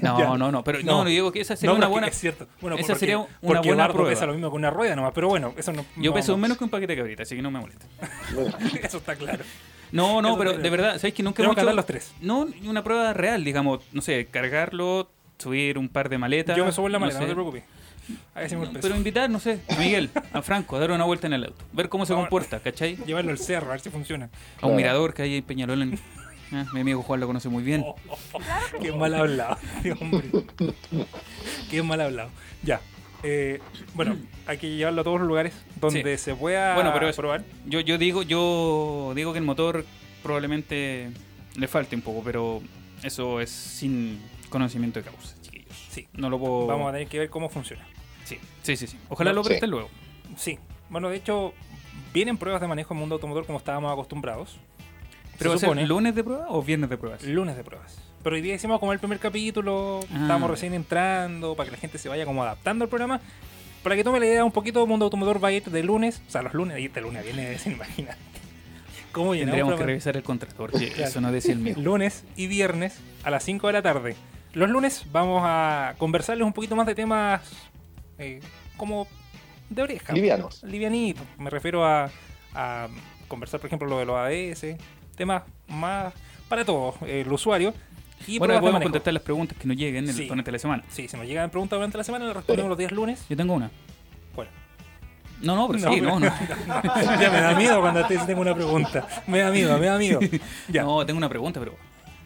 Speaker 2: No,
Speaker 1: Ya.
Speaker 2: no, no, pero no,
Speaker 1: No.
Speaker 2: no digo que esa sería
Speaker 1: No,
Speaker 2: una
Speaker 1: porque
Speaker 2: buena.
Speaker 1: Es cierto. Bueno,
Speaker 2: esa
Speaker 1: porque-
Speaker 2: sería una
Speaker 1: porque
Speaker 2: buena
Speaker 1: Bardo
Speaker 2: prueba.
Speaker 1: pesa lo mismo que una rueda nomás, pero bueno, eso no.
Speaker 2: Yo
Speaker 1: no-
Speaker 2: peso menos que un paquete de cabrita, así que no me molesta.
Speaker 1: eso está claro.
Speaker 2: No, no,
Speaker 1: Eso
Speaker 2: pero
Speaker 1: está
Speaker 2: de
Speaker 1: bien.
Speaker 2: verdad, ¿sabes que nunca
Speaker 1: Tenemos
Speaker 2: hemos
Speaker 1: que
Speaker 2: hecho-
Speaker 1: andar los tres.
Speaker 2: No, ni una prueba real, digamos, no sé, cargarlo, subir un par de maletas.
Speaker 1: Yo me subo en la maleta, no,
Speaker 2: sé.
Speaker 1: te preocupes. A ver si me
Speaker 2: No,
Speaker 1: peso.
Speaker 2: pero invitar, no sé, a Miguel, a Franco, a dar una vuelta en el auto, ver cómo se
Speaker 1: Ahora-
Speaker 2: comporta, ¿cachai?
Speaker 1: Llevarlo al cerro, a ver si funciona.
Speaker 2: A un
Speaker 3: Claro.
Speaker 2: mirador que hay en Peñalol. en- Ah, mi amigo Juan lo conoce muy
Speaker 1: Oh.
Speaker 2: bien.
Speaker 1: Qué mal hablado, tío, hombre. Qué mal hablado. Ya. Eh, bueno, hay que llevarlo a todos los lugares donde se pueda
Speaker 2: Bueno, pero eso.
Speaker 1: probar.
Speaker 2: Yo, yo digo, yo digo que el motor probablemente le falte un poco, pero eso es sin conocimiento de causa, chiquillos.
Speaker 1: Sí.
Speaker 2: No lo puedo.
Speaker 1: Vamos a tener que ver cómo funciona.
Speaker 2: Sí, sí, sí. sí. Ojalá
Speaker 3: No,
Speaker 2: lo
Speaker 3: sí.
Speaker 2: presten luego.
Speaker 1: Sí. Bueno, de hecho, vienen pruebas de manejo en mundo automotor como estábamos acostumbrados.
Speaker 2: ¿Pero va a
Speaker 1: se
Speaker 2: ser
Speaker 1: supone.
Speaker 2: lunes de prueba o viernes de pruebas?
Speaker 1: Lunes de pruebas. Pero hoy día hicimos como el primer capítulo,
Speaker 2: Ah.
Speaker 1: estábamos recién entrando, para que la gente se vaya como adaptando al programa. Para que tome la idea un poquito, Mundo Automotor va a ir de lunes, o sea, los lunes, de lunes viene, sin imaginar. ¿Cómo llenamos?
Speaker 2: Tendríamos que
Speaker 1: programa?
Speaker 2: revisar el contrato, porque
Speaker 1: Claro.
Speaker 2: eso no decía el mío.
Speaker 1: Lunes y viernes a las 5 de la tarde. Los lunes vamos a conversarles un poquito más de temas eh, como de oreja.
Speaker 3: Livianos.
Speaker 1: Livianito. Me refiero a, a conversar, por ejemplo, lo de los ADS, temas más para todos, eh, el usuario. Y
Speaker 2: bueno,
Speaker 1: pruebas
Speaker 2: ahí
Speaker 1: de
Speaker 2: podemos
Speaker 1: manejo.
Speaker 2: contestar las preguntas que nos lleguen el-
Speaker 1: Sí.
Speaker 2: durante la semana.
Speaker 1: Sí, si nos llegan preguntas durante la semana, las respondemos los días lunes.
Speaker 2: Yo tengo una.
Speaker 1: Bueno,
Speaker 2: No, no, pero
Speaker 1: No,
Speaker 2: sí, no, no.
Speaker 1: ya me da miedo cuando te tengo una pregunta. Me da miedo, me da miedo. Ya,
Speaker 2: No, tengo una pregunta, pero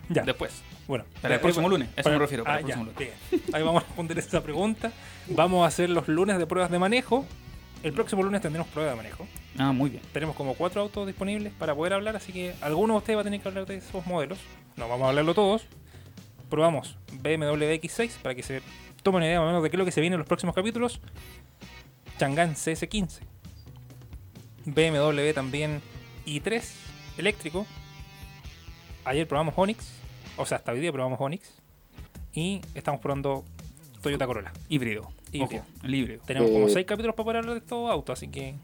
Speaker 1: ya.
Speaker 2: después.
Speaker 1: Bueno,
Speaker 2: Para el
Speaker 1: eh,
Speaker 2: próximo
Speaker 1: bueno,
Speaker 2: lunes, a eso
Speaker 1: para-
Speaker 2: me refiero, para
Speaker 1: ah,
Speaker 2: el
Speaker 1: ya,
Speaker 2: próximo
Speaker 1: bien. Ahí vamos a responder esa pregunta. Vamos a hacer los lunes de pruebas de manejo. El próximo lunes tendremos pruebas de manejo.
Speaker 2: Ah, muy bien.
Speaker 1: Tenemos como cuatro autos disponibles para poder hablar, así que alguno de ustedes va a tener que hablar de esos modelos. No vamos a hablarlo todos. Probamos BMW X6 para que se tomen una idea más o menos de qué es lo que se viene en los próximos capítulos. Chang'an CS15. BMW también i3 eléctrico. Ayer probamos Onix. O sea, hasta hoy día probamos Onix. Y estamos probando Toyota Corolla.
Speaker 2: Híbrido.
Speaker 1: Híbrido.
Speaker 2: Ojo, el híbrido.
Speaker 1: Tenemos como
Speaker 3: Eh,
Speaker 1: seis capítulos para poder hablar de estos autos, así que...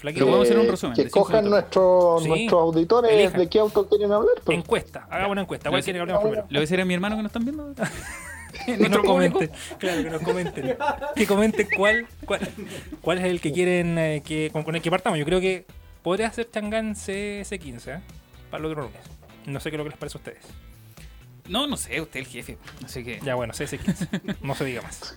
Speaker 2: Pero
Speaker 1: Flaquito,
Speaker 2: vamos a hacer un
Speaker 3: Eh,
Speaker 2: resumen,
Speaker 3: Que
Speaker 2: decimos
Speaker 3: escojan
Speaker 2: ahorita.
Speaker 3: nuestros
Speaker 1: Sí.
Speaker 3: nuestros auditores
Speaker 1: Elijan.
Speaker 3: de qué auto quieren hablar. pues.
Speaker 1: Encuesta, hagamos una encuesta. ¿Cuál
Speaker 2: Pero
Speaker 1: quiere que
Speaker 2: sí.
Speaker 1: hablemos primero?
Speaker 2: ¿Le voy a decir a mi hermano que nos están viendo?
Speaker 1: Que nos
Speaker 2: Nuestro público.
Speaker 1: comenten. Claro, que nos comenten. Que comenten cuál, cuál, cuál es el que quieren eh, que, con, con el que partamos. Yo creo que podría ser Chang'an CS15 ¿eh? para el otro lunes. No sé qué es lo que les parece a ustedes.
Speaker 2: No, no sé, usted es el jefe. Así que.
Speaker 1: Ya bueno, CS15. No se diga más.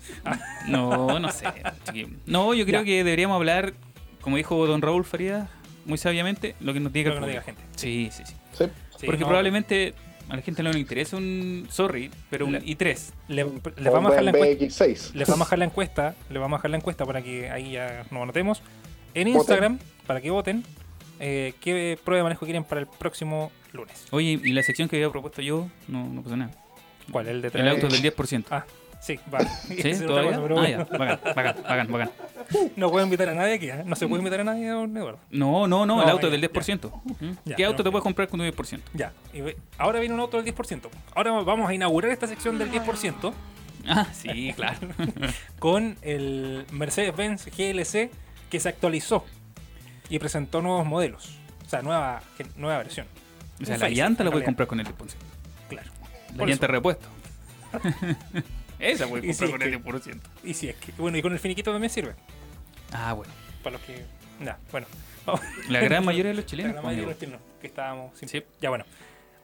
Speaker 2: No, no sé. chiquillo. No, yo creo
Speaker 1: Ya.
Speaker 2: que deberíamos hablar, como dijo don Raúl Farías, muy sabiamente, lo que nos diga
Speaker 1: Lo
Speaker 2: el
Speaker 1: que nos diga
Speaker 2: público.
Speaker 1: gente.
Speaker 2: Sí, sí, sí.
Speaker 3: Sí.
Speaker 1: Sí,
Speaker 2: Porque
Speaker 1: no,
Speaker 2: probablemente a la gente no le interesa un. Sorry, pero un i3.
Speaker 1: le- les
Speaker 3: O
Speaker 1: vamos a dejar
Speaker 3: un
Speaker 1: la
Speaker 3: BMW
Speaker 1: encuesta.
Speaker 3: X6.
Speaker 1: Les vamos a dejar la encuesta, les vamos a dejar la encuesta para que ahí ya nos anotemos. En
Speaker 3: Voten.
Speaker 1: Instagram, para que voten, eh, qué prueba de manejo quieren para el próximo lunes.
Speaker 2: Oye, y la sección que había propuesto yo, no, no pasó nada.
Speaker 1: ¿Cuál? El de
Speaker 2: El
Speaker 1: traer-
Speaker 2: auto del 10%.
Speaker 1: Eh. Ah, sí, va. Esa es
Speaker 2: ¿Sí?
Speaker 1: otra
Speaker 2: ¿Todavía?
Speaker 1: cosa, pero
Speaker 2: Ah,
Speaker 1: bueno.
Speaker 2: ya. Bacán, bacán, bacán, bacán.
Speaker 1: No puedo invitar a nadie aquí, ¿eh? No se puede invitar a nadie, don Eduardo.
Speaker 2: No, no, no,
Speaker 1: No,
Speaker 2: el auto
Speaker 1: ya,
Speaker 2: del
Speaker 1: ya.
Speaker 2: 10%. ¿Mm?
Speaker 1: Ya,
Speaker 2: ¿Qué auto
Speaker 1: pero-
Speaker 2: te puedes comprar con un 10%?
Speaker 1: Ya. y ve- ahora viene un auto del 10%. Ahora vamos a inaugurar esta sección del 10%
Speaker 2: Ah, sí, claro.
Speaker 1: con el Mercedes-Benz GLC que se actualizó y presentó nuevos modelos. O sea, nueva, gen- nueva versión.
Speaker 2: O sea,
Speaker 1: Un
Speaker 2: la
Speaker 1: facelift,
Speaker 2: llanta la
Speaker 1: en realidad.
Speaker 2: puedes comprar con el 10%.
Speaker 1: Claro.
Speaker 2: La
Speaker 1: Por
Speaker 2: llanta
Speaker 1: eso.
Speaker 2: repuesto. Esa
Speaker 1: Y
Speaker 2: puedes
Speaker 1: sí,
Speaker 2: comprar con
Speaker 1: es
Speaker 2: el 10%.
Speaker 1: Y sí, es que, bueno, y con el finiquito también sirve.
Speaker 2: Ah, bueno.
Speaker 1: Para los que. Nah, bueno. vamos.
Speaker 2: La gran mayoría de los
Speaker 1: La
Speaker 2: chilenos.
Speaker 1: gran mayoría de los
Speaker 2: amigo.
Speaker 1: chilenos que estábamos sin-
Speaker 2: Sí.
Speaker 1: Ya bueno.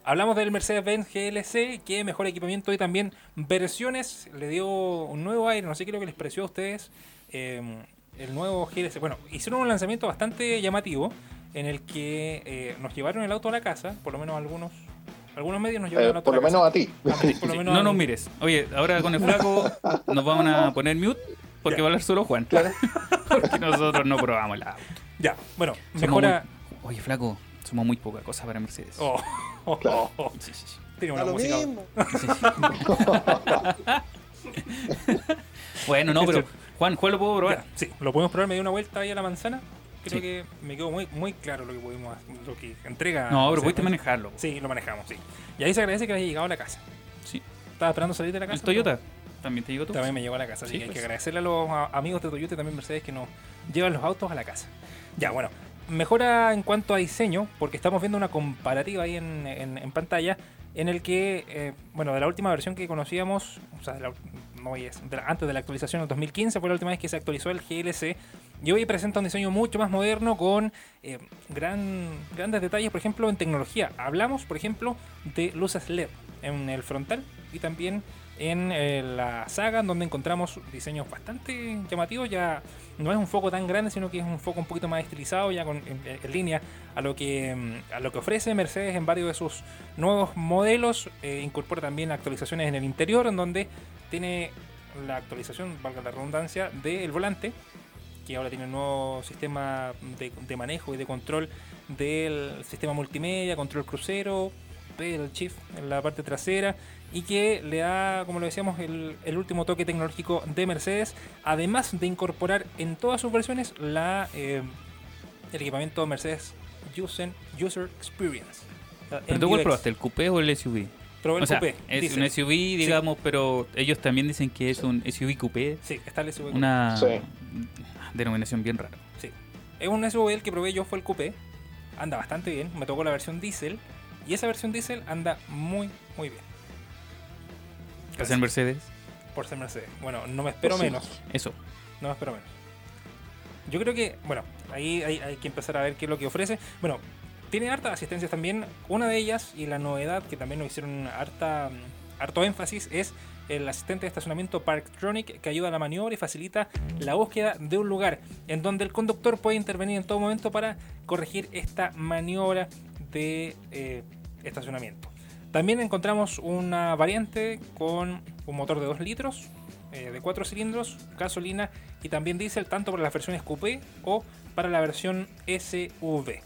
Speaker 1: Hablamos del Mercedes-Benz GLC, que mejor equipamiento y también versiones. Le dio un nuevo aire, no sé qué es lo que les pareció a ustedes. eh, el nuevo GLC. Bueno, hicieron un lanzamiento bastante llamativo en el que eh, nos llevaron el auto a la casa, por lo menos algunos algunos medios nos llevaron el
Speaker 3: Eh,
Speaker 1: auto
Speaker 3: por
Speaker 1: a
Speaker 3: lo
Speaker 1: la
Speaker 3: menos
Speaker 1: casa.
Speaker 3: a ti.
Speaker 1: Ah, por lo
Speaker 2: Sí,
Speaker 1: menos
Speaker 2: No
Speaker 1: al-
Speaker 2: nos mires. Oye, ahora con el flaco nos van a poner mute porque
Speaker 1: Ya.
Speaker 2: va a hablar solo Juan. porque nosotros no probamos la auto.
Speaker 1: Ya, bueno,
Speaker 2: Somos
Speaker 1: mejora.
Speaker 2: muy- Oye, flaco, somos muy poca cosa para Mercedes.
Speaker 1: Oh, oh,
Speaker 3: Claro.
Speaker 1: oh, oh.
Speaker 2: Sí, sí, sí.
Speaker 1: Tiene
Speaker 4: A
Speaker 1: una
Speaker 4: lo
Speaker 1: música.
Speaker 4: mismo.
Speaker 2: Bueno, no, pero Juan, Juan lo puedo probar.
Speaker 1: Ya, sí, lo podemos probar, me di una vuelta ahí a la manzana. Creo
Speaker 2: Sí.
Speaker 1: que me quedó muy, muy claro lo que pudimos, lo que entrega.
Speaker 2: No, pero
Speaker 1: Mercedes.
Speaker 2: pudiste manejarlo.
Speaker 1: Sí, lo manejamos, sí. Y ahí se agradece que haya llegado a la casa.
Speaker 2: Sí.
Speaker 1: Estaba esperando salir de la casa.
Speaker 2: El Toyota también te llegó tú.
Speaker 1: pero También me llegó a la casa, así
Speaker 2: Sí,
Speaker 1: que hay que
Speaker 2: pues.
Speaker 1: agradecerle a los a- amigos de Toyota y también Mercedes que nos llevan los autos a la casa. Ya, bueno. Mejora en cuanto a diseño, porque estamos viendo una comparativa ahí en, en- en pantalla, en el que, eh, bueno, de la última versión que conocíamos, o sea, de la- no hoy es, de la- antes de la actualización del 2015, fue la última vez que se actualizó el GLC, y hoy presenta un diseño mucho más moderno con eh, gran, grandes detalles, por ejemplo, en tecnología. Hablamos, por ejemplo, de luces LED en el frontal y también en eh, la saga, en donde encontramos diseños bastante llamativos. Ya no es un foco tan grande, sino que es un foco un poquito más estilizado, ya con, en, en línea a lo, que, mm, a lo que ofrece Mercedes en varios de sus nuevos modelos. Eh, incorpora también actualizaciones en el interior, en donde tiene la actualización, valga la redundancia, del volante que ahora tiene un nuevo sistema de, de manejo y de control del sistema multimedia, control crucero, pedal shift en la parte trasera y que le da, como lo decíamos, el, el último toque tecnológico de Mercedes, además de incorporar en todas sus versiones la, eh, el equipamiento Mercedes User, User Experience.
Speaker 2: ¿Pero tú cuál probaste? ¿El coupé o el SUV?
Speaker 1: Probé el
Speaker 2: o sea,
Speaker 1: coupé,
Speaker 2: es
Speaker 1: dicen.
Speaker 2: un SUV, digamos, pero ellos también dicen que es un SUV coupé.
Speaker 1: Sí, está el SUV.
Speaker 2: Una
Speaker 3: Sí.
Speaker 2: denominación bien rara.
Speaker 1: Sí. Es un SUV el que probé yo fue el coupé. Anda bastante bien. Me tocó la versión diésel. Y esa versión diésel anda muy, muy bien.
Speaker 2: Que sea en Mercedes.
Speaker 1: Por ser Mercedes. Bueno, no me espero
Speaker 3: Por sí.
Speaker 1: menos.
Speaker 2: Eso.
Speaker 1: No me espero menos. Yo creo que, bueno, ahí hay, hay que empezar a ver qué es lo que ofrece. Bueno, tiene hartas asistencias también. Una de ellas, y la novedad que también nos hicieron harta, mm, harto énfasis, es el asistente de estacionamiento Parktronic que ayuda a la maniobra y facilita la búsqueda de un lugar en donde el conductor puede intervenir en todo momento para corregir esta maniobra de eh, estacionamiento. También encontramos una variante con un motor de 2 litros, eh, de 4 cilindros, gasolina y también diésel, tanto para las versiones coupé o para la versión SUV.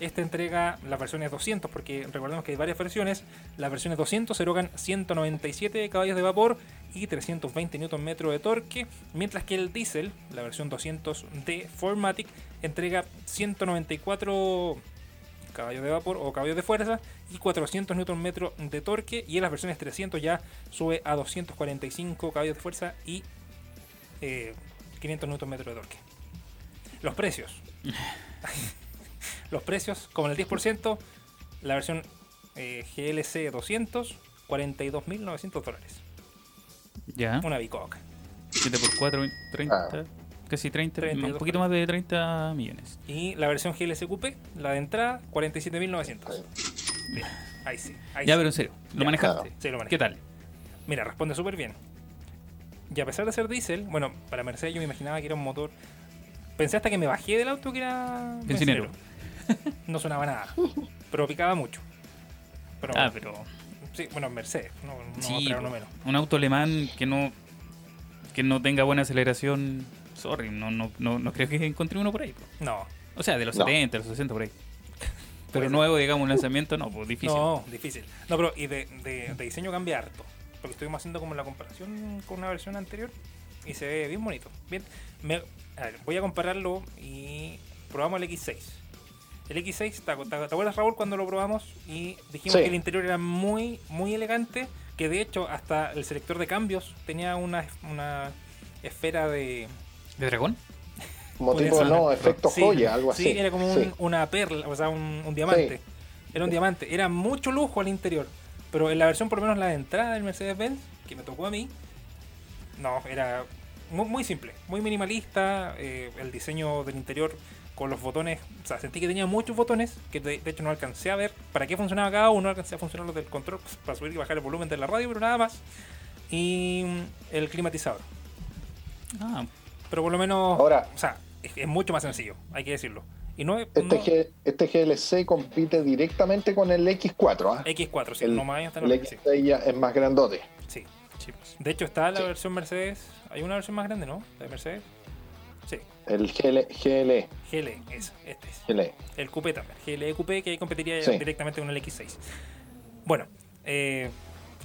Speaker 1: Esta entrega las versiones 200, porque recordemos que hay varias versiones. Las versiones 200 erogan 197 caballos de vapor y 320 Nm de torque, mientras que el diésel, la versión 200 de Formatic, entrega 194 caballos de vapor o caballos de fuerza y 400 Nm de torque y en las versiones 300 ya sube a 245 caballos de fuerza y eh, 500 Nm de torque. Los precios. Los precios, como en el 10%, la versión eh, GLC 200, 42.900 dólares.
Speaker 2: Ya.
Speaker 1: Una bicoca.
Speaker 2: 7 por 4, 30. Casi 30,
Speaker 1: 32,
Speaker 2: un poquito más de 30 millones.
Speaker 1: Y la versión GLC Coupé, la de entrada, 47.900. Bien, Ahí sí. Ahí
Speaker 2: Ya,
Speaker 1: sí.
Speaker 2: pero en serio, lo
Speaker 1: Ya.
Speaker 2: manejaste.
Speaker 1: Sí, lo manejé.
Speaker 2: ¿Qué tal?
Speaker 1: Mira, responde súper bien. Y a pesar de ser diésel, bueno, para Mercedes yo me imaginaba que era un motor. Pensé hasta que me bajé del auto que era.
Speaker 2: Bencinero.
Speaker 1: bencinero. No sonaba nada. Pero picaba mucho. Pero,
Speaker 2: Ah, pero.
Speaker 1: sí, bueno, Mercedes. No, no
Speaker 2: sí,
Speaker 1: pero
Speaker 2: po,
Speaker 1: no menos.
Speaker 2: un auto alemán que no que no tenga buena aceleración. Sorry, no, no, no, no creo que encontré uno por ahí. po.
Speaker 1: No.
Speaker 2: O sea, de los
Speaker 3: No.
Speaker 2: 70, de los 60 por ahí.
Speaker 1: Puede
Speaker 2: Pero
Speaker 1: ser.
Speaker 2: nuevo, digamos, un lanzamiento, no, pues difícil.
Speaker 1: No, difícil. No, pero y de, de- de diseño cambia harto. Porque estuvimos haciendo como la comparación con una versión anterior y se ve bien bonito. Bien, me- a ver, voy a compararlo y probamos el X6. El X6, ¿te, acu- te, te acuerdas Raúl cuando lo probamos? Y dijimos
Speaker 3: Sí.
Speaker 1: que el interior era muy, muy elegante, que de hecho hasta el selector de cambios tenía una, una esfera de...
Speaker 2: ¿De dragón?
Speaker 3: Como
Speaker 1: Podría
Speaker 3: tipo,
Speaker 1: ser.
Speaker 3: no, efecto
Speaker 1: Sí,
Speaker 3: joya, algo así.
Speaker 1: Sí, era como un-
Speaker 3: Sí.
Speaker 1: una perla, o sea, un, un diamante. Era un diamante. Era mucho lujo al interior. Pero en la versión, por lo menos la de entrada del Mercedes-Benz, que me tocó a mí, no, era mu- muy, simple, muy minimalista. eh, el diseño del interior con los botones, o sea, sentí que tenía muchos botones, que de, de hecho no alcancé a ver para qué funcionaba cada uno, no alcancé a funcionar los del control para subir y bajar el volumen de la radio, pero nada más. Y mm, el climatizador.
Speaker 2: Ah,
Speaker 1: Pero por lo menos.
Speaker 3: Ahora-
Speaker 1: O sea, es, es mucho más sencillo, hay que decirlo. Y no es.
Speaker 3: Este,
Speaker 1: no-
Speaker 3: G- este GLC compite directamente con el X4. ¿ah?
Speaker 1: X4, sí,
Speaker 3: el,
Speaker 1: no más está en
Speaker 3: el
Speaker 1: el- sí,
Speaker 3: X6 ya es más grandote.
Speaker 1: sí.
Speaker 2: chicos.
Speaker 1: De hecho, está la
Speaker 3: Sí.
Speaker 1: versión Mercedes. Hay una versión más grande, ¿no? La de Mercedes. Sí,
Speaker 3: El GL, GL,
Speaker 1: GLE, esa, este es.
Speaker 3: GL.
Speaker 1: El Coupé también. GLE Coupé, que ahí competiría
Speaker 3: E. Sí.
Speaker 1: directamente con el X6. Bueno, eh,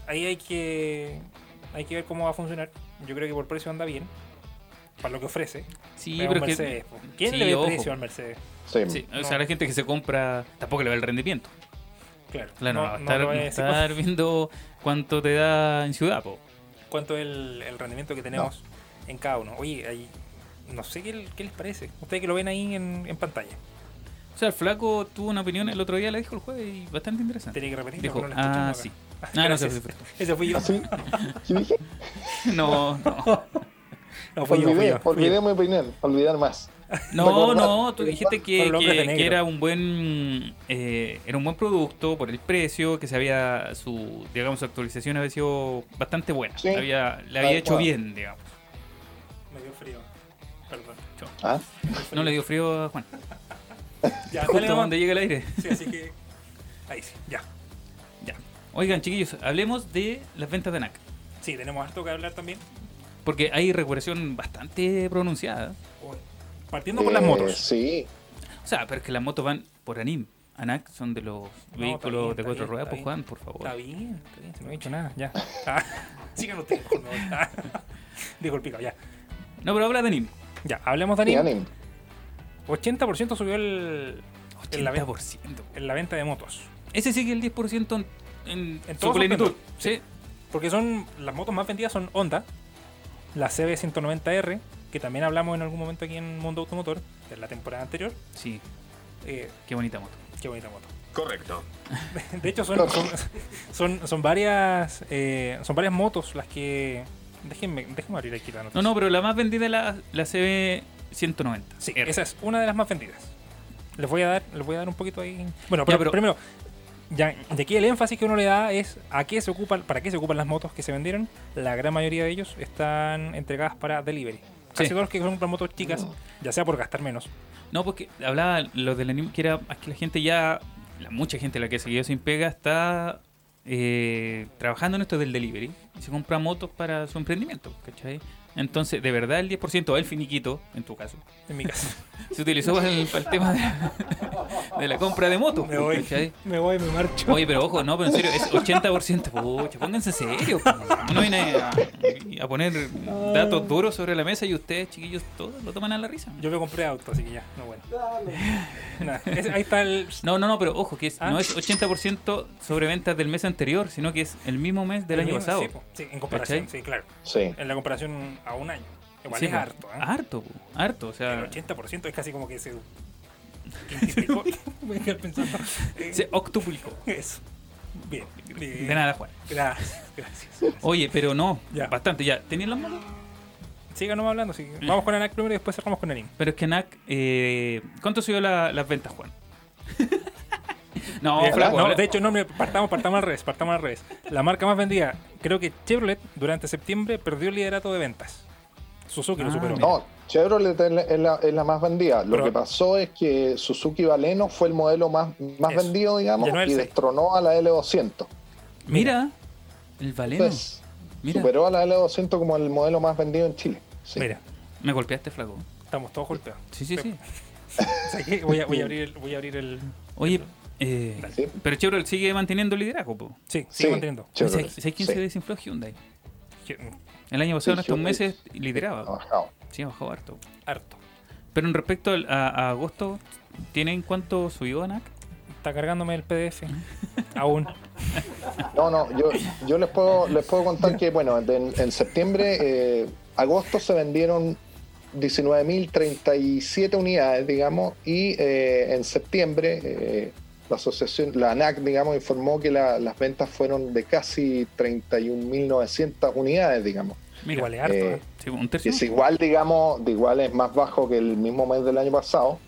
Speaker 1: ahí hay que. Hay que ver cómo va a funcionar. Yo creo que por precio anda bien. Para lo que ofrece.
Speaker 2: Sí,
Speaker 1: Pero
Speaker 2: pero
Speaker 1: un
Speaker 2: es
Speaker 1: Mercedes,
Speaker 2: que.
Speaker 1: po. ¿Quién
Speaker 2: sí,
Speaker 1: le ve
Speaker 2: ojo.
Speaker 1: precio al Mercedes?
Speaker 3: Sí.
Speaker 2: Sí, o
Speaker 1: No.
Speaker 2: sea, la gente que se compra tampoco le va el rendimiento.
Speaker 1: Claro.
Speaker 2: Claro, no, va a estar,
Speaker 1: lo
Speaker 2: no va a
Speaker 1: es-
Speaker 2: estar viendo cuánto te da en ciudad, po.
Speaker 1: cuánto es el, el rendimiento que tenemos en cada uno. Oye, ahí, no sé qué, qué les parece. Ustedes que lo ven ahí en, en pantalla.
Speaker 2: O sea, el flaco tuvo una opinión el otro día, la dijo el jueves, y bastante interesante.
Speaker 1: Tenía que repetirlo.
Speaker 2: Dijo,
Speaker 1: porque no lo escuchan
Speaker 2: ah,
Speaker 1: acá.
Speaker 2: sí. Ah, no, se
Speaker 1: Gracias.
Speaker 2: fue.
Speaker 1: Ese fui yo.
Speaker 3: ¿Así? ¿Qué dije?
Speaker 2: No, no.
Speaker 1: No, fui yo, fui
Speaker 3: Olvidé,
Speaker 1: yo, fui yo.
Speaker 3: olvidé mi opinión, olvidar más.
Speaker 2: No,
Speaker 3: Recordar-
Speaker 2: no, tú dijiste
Speaker 1: Por
Speaker 2: que,
Speaker 1: el hombre
Speaker 2: que-
Speaker 1: de negro.
Speaker 2: que era un buen eh, era un buen producto por el precio, que se había su digamos su actualización había sido bastante buena.
Speaker 3: Sí.
Speaker 2: Había, le
Speaker 3: Tal
Speaker 2: había hecho
Speaker 3: cual.
Speaker 2: bien, digamos.
Speaker 1: Me dio frío. Perdón.
Speaker 3: ¿Ah?
Speaker 2: No le dio frío a Juan.
Speaker 1: Ya, dale
Speaker 2: Justo
Speaker 1: nomás.
Speaker 2: donde llega el aire.
Speaker 1: Sí, así que. Ahí sí, ya.
Speaker 2: Ya. Oigan, chiquillos, hablemos de las ventas de NAC.
Speaker 1: Sí, tenemos harto que hablar también.
Speaker 2: Porque hay recuperación bastante pronunciada.
Speaker 1: Uy. Partiendo por
Speaker 3: Eh,
Speaker 1: las motos.
Speaker 3: Sí,
Speaker 2: O sea, pero es que las motos van por ANIM. ANAC son de los
Speaker 1: está
Speaker 2: vehículos
Speaker 1: bien,
Speaker 2: de
Speaker 1: está
Speaker 2: cuatro
Speaker 1: bien,
Speaker 2: ruedas,
Speaker 1: está
Speaker 2: pues
Speaker 1: bien.
Speaker 2: Juan, por favor.
Speaker 1: Está bien, está bien, se no he dicho nada, ya. Ah, sigan ustedes, por favor. Ah, Dijo el pico, ya.
Speaker 2: No, pero habla de ANIM.
Speaker 1: Ya, hablemos de
Speaker 3: sí,
Speaker 1: anime.
Speaker 3: ánimo.
Speaker 1: 80% subió el, En la venta.
Speaker 2: 80%.
Speaker 1: en la venta de motos.
Speaker 2: Ese sí que el 10% en, en,
Speaker 1: En
Speaker 2: su
Speaker 1: todos
Speaker 2: plenitud.
Speaker 1: los
Speaker 2: Sí.
Speaker 1: Porque son las motos más vendidas son Honda, la CB190R, que también hablamos en algún momento aquí en Mundo Automotor, en la temporada anterior.
Speaker 2: sí,
Speaker 1: Eh,
Speaker 2: qué bonita moto.
Speaker 1: qué bonita moto.
Speaker 4: Correcto.
Speaker 1: De hecho, son, son, son, son varias eh, son varias motos las que... Déjenme, déjenme abrir aquí la
Speaker 2: No,
Speaker 1: noticia.
Speaker 2: no, pero la más vendida es la, la CB 190.
Speaker 1: Sí,
Speaker 2: R.
Speaker 1: esa es una de las más vendidas. Les voy a dar, les voy a dar un poquito ahí. Bueno, pero,
Speaker 2: pero-
Speaker 1: primero, ya, de aquí el énfasis que uno le da es a qué se ocupan, para qué se ocupan las motos que se vendieron. La gran mayoría de ellos están entregadas para delivery. Casi
Speaker 2: Sí.
Speaker 1: todos los que compran motos chicas, ya sea por gastar menos.
Speaker 2: No, porque hablaba lo del anime que era es que la gente ya, la mucha gente la que se quedó sin pega está eh, trabajando en esto del delivery y se compra motos para su emprendimiento, ¿cachai? Entonces, de verdad, el 10% del finiquito, en tu caso,
Speaker 1: En mi caso.
Speaker 2: se utilizó para el, para el tema de, de la compra de motos,
Speaker 1: me voy,
Speaker 2: ¿cachai?
Speaker 1: me voy, me marcho.
Speaker 2: Oye, pero ojo, no, pero en serio, es 80%. Pucha, pónganse serio. po. Uno viene a, a poner datos duros sobre la mesa y ustedes, chiquillos, todos lo toman a la risa.
Speaker 1: Yo me compré auto, así que ya, no bueno. Nada, es- ahí está el.
Speaker 2: No, no, no, pero ojo, que es-
Speaker 1: Ah.
Speaker 2: no es 80% sobre ventas del mes anterior, sino que es el mismo mes del
Speaker 1: el
Speaker 2: año
Speaker 1: mismo-
Speaker 2: pasado.
Speaker 1: Sí, po. Sí, en comparación,
Speaker 2: ¿Cachai?
Speaker 1: sí, claro.
Speaker 3: Sí.
Speaker 1: En la comparación a un año. Igual
Speaker 2: Sí,
Speaker 1: es
Speaker 2: po.
Speaker 1: harto, ¿eh?
Speaker 2: Harto, po, harto. O sea,
Speaker 1: El 80% es casi como que se. quintuplicó. Voy a quedar pensando. Eh,
Speaker 2: se octuplicó.
Speaker 1: Eso. Bien, bien.
Speaker 2: De nada, Juan.
Speaker 1: Gracias, gracias.
Speaker 2: Oye, pero no,
Speaker 1: Ya.
Speaker 2: bastante, ya. ¿Tenían las manos?
Speaker 1: Sigan nomás hablando. sí. Vamos con Anac primero y después cerramos con Anim.
Speaker 2: Pero es que NAC, eh, ¿cuánto subió la- las ventas, Juan? no,
Speaker 1: Eh,
Speaker 2: flaco,
Speaker 1: no,
Speaker 2: habla-
Speaker 1: de hecho, no, mira, partamos, partamos al revés, partamos al revés. La marca más vendida, creo que Chevrolet, durante septiembre perdió el liderato de ventas. Suzuki lo
Speaker 2: Ah,
Speaker 1: superó.
Speaker 2: mira.
Speaker 3: No, Chevrolet es la, es la- es la más vendida. Lo
Speaker 1: Pero-
Speaker 3: que pasó es que Suzuki Valeno fue el modelo más, más
Speaker 1: Eso.
Speaker 3: vendido, digamos,
Speaker 1: Ya no es el
Speaker 3: y
Speaker 1: seis.
Speaker 3: destronó a la L200.
Speaker 2: mira, el Valeno.
Speaker 3: Entonces,
Speaker 2: mira,
Speaker 3: Pues, superó a la L200 como el modelo más vendido en Chile. Sí.
Speaker 1: Mira,
Speaker 2: me golpeaste, flaco.
Speaker 1: estamos todos golpeados.
Speaker 2: Sí, sí, sí.
Speaker 1: O sea que voy, a, voy a abrir el. Voy a abrir el
Speaker 2: Oye, eh,
Speaker 3: Sí.
Speaker 2: pero Chevrolet sigue manteniendo el liderazgo, po.
Speaker 1: sí, sigue
Speaker 3: Sí,
Speaker 1: manteniendo.
Speaker 3: Chevrolet,
Speaker 2: ¿Sabes sabes quién
Speaker 3: sí.
Speaker 2: se desinfló? Hyundai.
Speaker 1: Que- mm,
Speaker 2: El año pasado, en
Speaker 3: Sí,
Speaker 2: estos
Speaker 3: Hyundai. Ah.
Speaker 2: meses, lideraba.
Speaker 3: Bajado.
Speaker 2: Sí, ha bajado harto.
Speaker 1: Harto.
Speaker 2: Pero en respecto al- a, a agosto, ¿tienen cuánto subió ANAC?
Speaker 1: Está cargándome el PDF. Aún.
Speaker 3: No, no, yo, yo les puedo les puedo contar que, bueno, en, en septiembre, eh, agosto se vendieron 19.037 unidades, digamos, y eh, en septiembre eh, la asociación, la ANAC, digamos, informó que la- las ventas fueron de casi 31.900 unidades, digamos.
Speaker 2: Mira,
Speaker 1: Igual es harto.
Speaker 3: Eh,
Speaker 1: ¿eh?
Speaker 2: sí, un
Speaker 3: Que
Speaker 2: tercio.
Speaker 3: es igual, digamos, de igual es más bajo que el mismo mes del año pasado.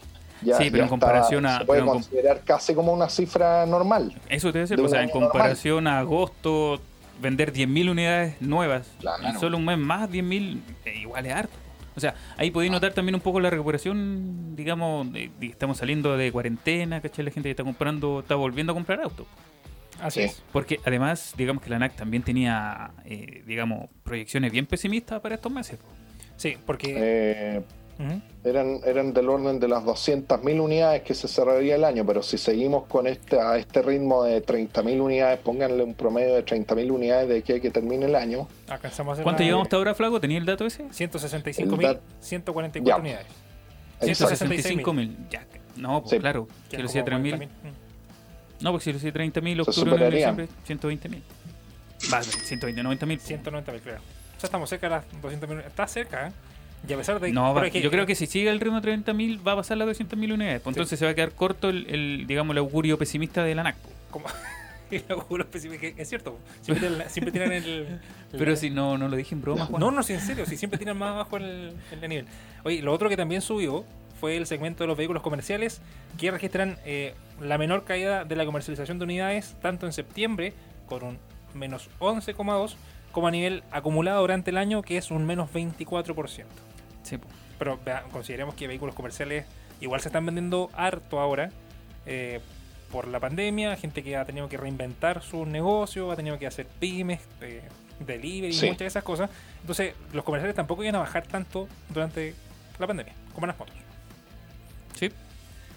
Speaker 3: Ya,
Speaker 2: Sí, pero
Speaker 3: ya
Speaker 2: en comparación a-
Speaker 3: Se puede
Speaker 2: pero en com-
Speaker 3: considerar casi como una cifra normal.
Speaker 2: Eso te decir,
Speaker 3: de
Speaker 2: o
Speaker 3: un
Speaker 2: sea, en
Speaker 3: año
Speaker 2: comparación a agosto, vender 10.000 unidades nuevas
Speaker 3: Claro.
Speaker 2: en solo un mes más, 10.000, eh, igual es harto. O sea, ahí podéis notar también un poco la recuperación, digamos, de- de que estamos saliendo de cuarentena, ¿cachai? La gente que está comprando, está volviendo a comprar autos.
Speaker 1: Así
Speaker 3: Sí.
Speaker 1: es.
Speaker 2: Porque además, digamos que la ANAC también tenía, eh, digamos, proyecciones bien pesimistas para estos meses.
Speaker 1: Sí, porque.
Speaker 3: Eh,
Speaker 1: Ujú.
Speaker 3: eran, eran del orden de las 200.000 unidades que se cerraría el año, pero si seguimos con este, a este ritmo de 30.000 unidades, pónganle un promedio de 30.000 unidades de aquí a que termine el año.
Speaker 1: Alcanzamos a hacer
Speaker 2: ¿Cuánto
Speaker 1: la-
Speaker 2: llevamos hasta ahora, Flaco? ¿Tenía el dato ese?
Speaker 1: 165.144
Speaker 3: Ya.
Speaker 1: unidades.
Speaker 3: Exacto.
Speaker 2: 165 mil. Ya, no, pues
Speaker 3: Sí.
Speaker 2: claro.
Speaker 1: Que
Speaker 2: Si lo
Speaker 1: es
Speaker 2: hacía
Speaker 1: como
Speaker 2: 3 mil.
Speaker 1: 40.000. Mm.
Speaker 2: No, pues si lo hacía 30 mil,
Speaker 3: Se
Speaker 2: octubre, noviembre,
Speaker 3: superarían.
Speaker 2: diciembre, 120 mil. Va, 120, 90 mil.
Speaker 1: 190.000, creo. Ya estamos cerca de las 200.000. Está cerca, ¿eh? Y a pesar de
Speaker 2: No, va-
Speaker 1: pero es eh,
Speaker 2: yo creo que si sigue el ritmo de 30 mil, va a pasar las 200 mil unidades. Pues entonces se va a quedar corto el, el, digamos, el augurio pesimista de la ANAC. pues.
Speaker 1: como- el ángulo específico que- es cierto, siempre, tiran la- siempre tiran el.
Speaker 2: Pero
Speaker 1: la-
Speaker 2: si no, no lo dije en broma, Juan.
Speaker 1: No, no, sí, en serio, si siempre tiran más abajo el, el nivel. Oye, lo otro que también subió fue el segmento de los vehículos comerciales que registran eh, la menor caída de la comercialización de unidades, tanto en septiembre, con un menos 11,2, como a nivel acumulado durante el año, que es un menos 24%.
Speaker 2: Sí, pues.
Speaker 1: Pero vea- consideremos que vehículos comerciales igual se están vendiendo harto ahora eh, por la pandemia, gente que ha tenido que reinventar sus negocios, ha tenido que hacer pymes, eh, delivery,
Speaker 3: Sí.
Speaker 1: muchas de esas cosas. Entonces, los comerciales tampoco iban a bajar tanto durante la pandemia, como las motos.
Speaker 2: Sí.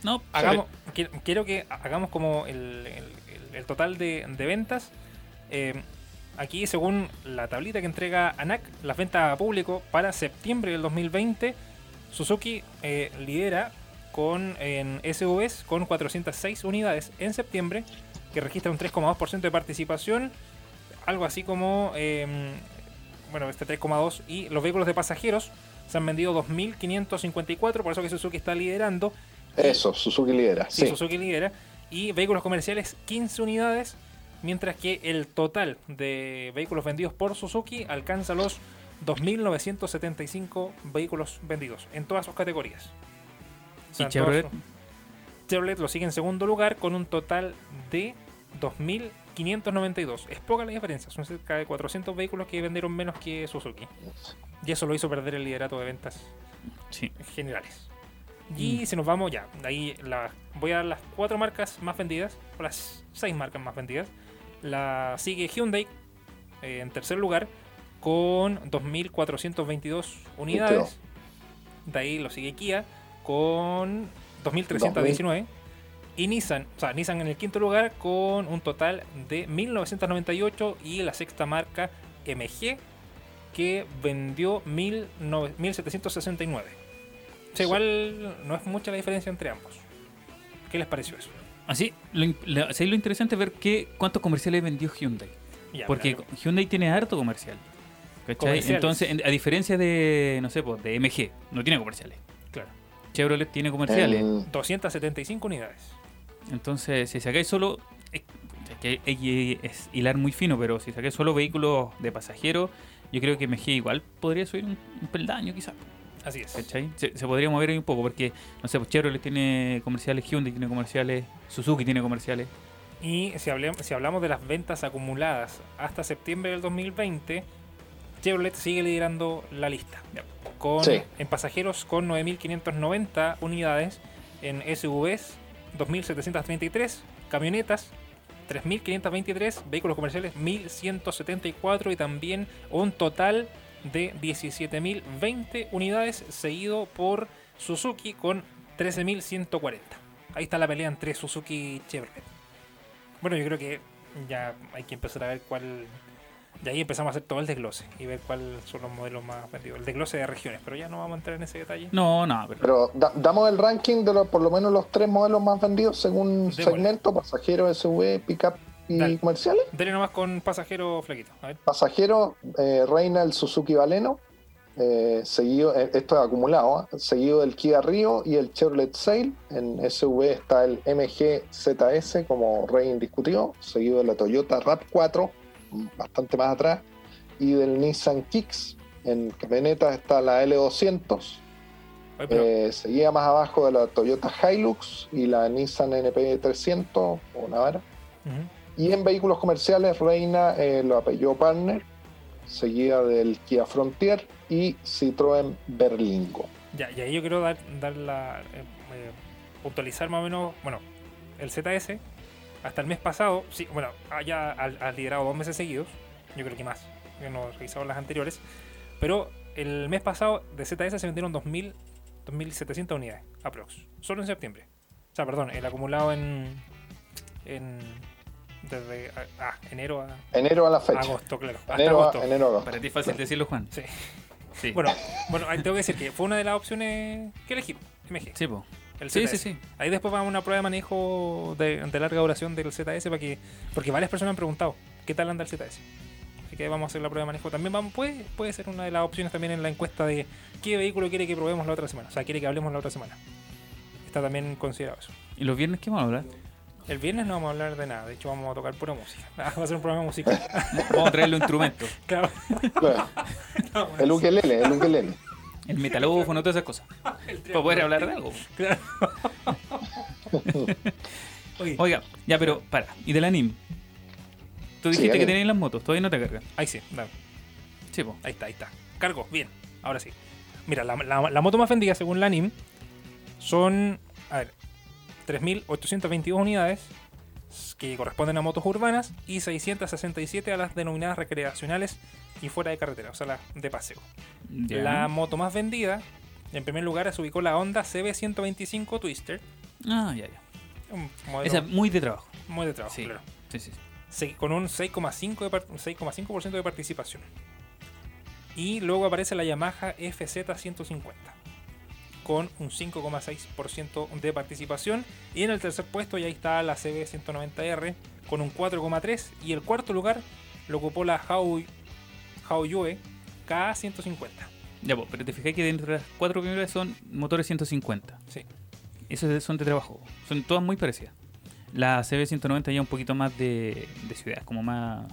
Speaker 2: No,
Speaker 1: Hagamos, qui- quiero que hagamos como el, el- el- el total de, de ventas. Eh, aquí, según la tablita que entrega ANAC, las ventas a público para septiembre del 2020, Suzuki eh, lidera con en SUVs con 406 unidades en septiembre, que registra un 3,2% de participación, algo así como eh, bueno, este 3,2 y los vehículos de pasajeros se han vendido 2.554, por eso que Suzuki está liderando. Y-
Speaker 3: Eso, Suzuki lidera.
Speaker 1: Sí,
Speaker 3: Sí,
Speaker 1: Suzuki lidera. Y vehículos comerciales, 15 unidades. Mientras que el total de vehículos vendidos por Suzuki alcanza los 2.975 vehículos vendidos en todas sus categorías. O sea,
Speaker 2: ¿Y
Speaker 1: en todas
Speaker 2: Chevrolet?
Speaker 1: sus- Chevrolet lo sigue en segundo lugar con un total de 2.592. Es poca la diferencia, son cerca de 400 vehículos que vendieron menos que Suzuki. Y eso lo hizo perder el liderato de ventas
Speaker 2: Sí.
Speaker 1: generales. Y si nos vamos ya, de ahí la- voy a dar las cuatro marcas más vendidas, o las seis marcas más vendidas. La sigue Hyundai eh, en tercer lugar con 2.422 unidades. De ahí lo sigue Kia con 2.319. Y Nissan, o sea, Nissan en el quinto lugar con un total de 1.998 y la sexta marca MG que vendió 19- 1.769. O sea, igual no es mucha la diferencia entre ambos. ¿Qué les pareció eso?
Speaker 2: Así, lo, in- la- así lo interesante es ver qué, cuántos comerciales vendió Hyundai.
Speaker 1: Ya,
Speaker 2: porque
Speaker 1: mira,
Speaker 2: Hyundai tiene harto comercial. ¿Cachai?
Speaker 1: Comerciales.
Speaker 2: Entonces, en- a diferencia de, no sé, pues, de MG, no tiene comerciales.
Speaker 1: claro,
Speaker 2: Chevrolet tiene comerciales.
Speaker 1: eh.
Speaker 3: Mm,
Speaker 1: 275 unidades.
Speaker 2: Entonces, si sacáis solo. Es es que es- es hilar muy fino, pero si sacáis solo vehículos de pasajeros, yo creo que MG igual podría subir un, un peldaño, quizás.
Speaker 1: Así es.
Speaker 2: ¿Cachai? Se, se podría mover ahí un poco, porque, no sé, pues Chevrolet tiene comerciales, Hyundai tiene comerciales, Suzuki tiene comerciales.
Speaker 1: Y si, hablem- si hablamos de las ventas acumuladas hasta septiembre del 2020, Chevrolet sigue liderando la lista. Con,
Speaker 3: Sí.
Speaker 1: En pasajeros con 9.590 unidades, en SUVs 2.733, camionetas 3.523, vehículos comerciales 1.174 y también un total de 17.020 unidades seguido por Suzuki con 13.140. Ahí está la pelea entre Suzuki y Chevrolet. Bueno, yo creo que ya hay que empezar a ver cuál. De ahí empezamos a hacer todo el desglose y ver cuáles son los modelos más vendidos. El desglose de regiones, pero ya no vamos a entrar en ese detalle.
Speaker 2: No, no, pero.
Speaker 3: Pero da- damos el ranking de los, por lo menos los tres modelos más vendidos según
Speaker 1: Démosle.
Speaker 3: segmento, pasajero, SUV, pickup y
Speaker 1: Dale.
Speaker 3: comerciales.
Speaker 1: Dale nomás con pasajero flaquito. A ver.
Speaker 3: Pasajero, eh, reina el Suzuki Valeno, eh, seguido, eh, esto es acumulado, ¿eh? seguido del Kia Rio y el Chevrolet Sail. En SUV está el MG ZS como rey indiscutido, seguido de la Toyota RAV4, mm, bastante más atrás, y del Nissan Kicks. En camionetas está la L200,
Speaker 1: Oye, pero
Speaker 3: eh, seguía más abajo de la Toyota Hilux y la Nissan NP300, o Navara.
Speaker 1: Ujú.
Speaker 3: Y en vehículos comerciales reina eh, lo apellido Partner, seguida del Kia Frontier y Citroën Berlingo.
Speaker 1: Ya, y ahí yo quiero dar, dar la. eh, eh, puntualizar más o menos. Bueno, el ZS, hasta el mes pasado, sí, bueno, ah, ya ha, ha liderado dos meses seguidos. Yo creo que más. Yo no he revisado las anteriores. Pero el mes pasado de ZS se vendieron 2.000, 2.700 unidades, aprox. Solo en septiembre. O sea, perdón, el acumulado en. en desde ah, enero a
Speaker 3: Enero a la fecha.
Speaker 1: agosto, claro. Hasta
Speaker 3: Enero, a,
Speaker 1: agosto.
Speaker 3: enero a agosto.
Speaker 2: Para ti es fácil decirlo, Juan.
Speaker 1: Sí.
Speaker 2: Sí.
Speaker 1: Bueno, bueno, ahí tengo que decir que fue una de las opciones que elegí. MG.
Speaker 2: sí, po.
Speaker 1: El
Speaker 2: Sí, sí,
Speaker 1: ZS.
Speaker 2: sí.
Speaker 1: Ahí después vamos a una prueba de manejo de, de larga duración del ZS para que, porque varias personas han preguntado qué tal anda el ZS. Así que vamos a hacer la prueba de manejo. También vamos, puede, puede ser una de las opciones también en la encuesta de qué vehículo quiere que probemos la otra semana. O sea, quiere que hablemos la otra semana. Está también considerado eso.
Speaker 2: ¿Y los viernes qué vamos a hablar?
Speaker 1: El viernes no vamos a hablar de nada, de hecho vamos a tocar pura música. Ah, va a ser un programa musical.
Speaker 2: Vamos a traer los instrumentos,
Speaker 1: claro.
Speaker 3: Claro. El ukelele, el ukelele.
Speaker 2: el metalófono, todas esas cosas. Para poder hablar de algo. po.
Speaker 1: Claro. Oye,
Speaker 2: Oiga, ya, pero para. ¿Y del anime? Tú
Speaker 3: Sí,
Speaker 2: dijiste que
Speaker 3: anime.
Speaker 2: tenías las motos, todavía no te cargan.
Speaker 1: ahí sí, dale.
Speaker 2: Sí, po.
Speaker 1: Ahí está, ahí está. Cargo, bien. Ahora sí. Mira, la, la- la moto más vendida según la ANIM son, a ver, 3.822 unidades que corresponden a motos urbanas y 667 a las denominadas recreacionales y fuera de carretera, o sea, las de paseo.
Speaker 2: Ya.
Speaker 1: La moto más vendida, en primer lugar, se ubicó la Honda CB125 Twister.
Speaker 2: Ah, ya, ya.
Speaker 1: Un modelo
Speaker 2: Esa es muy de trabajo.
Speaker 1: muy de trabajo,
Speaker 2: Sí.
Speaker 1: claro.
Speaker 2: Sí, sí, sí.
Speaker 1: Sí, con un 6,5% de, par- un 6,5% de participación. Y luego aparece la Yamaha FZ150 con un 5,6% de participación. Y en el tercer puesto ya está la CB190R con un 4,3%. Y el cuarto lugar lo ocupó la Hau- Haoyue K150.
Speaker 2: Ya, po, pero te fijáis que dentro de las cuatro primeras son motores 150.
Speaker 1: Sí.
Speaker 2: Esas son de trabajo. Son todas muy parecidas. La CB190 ya un poquito más de, de ciudad, como más...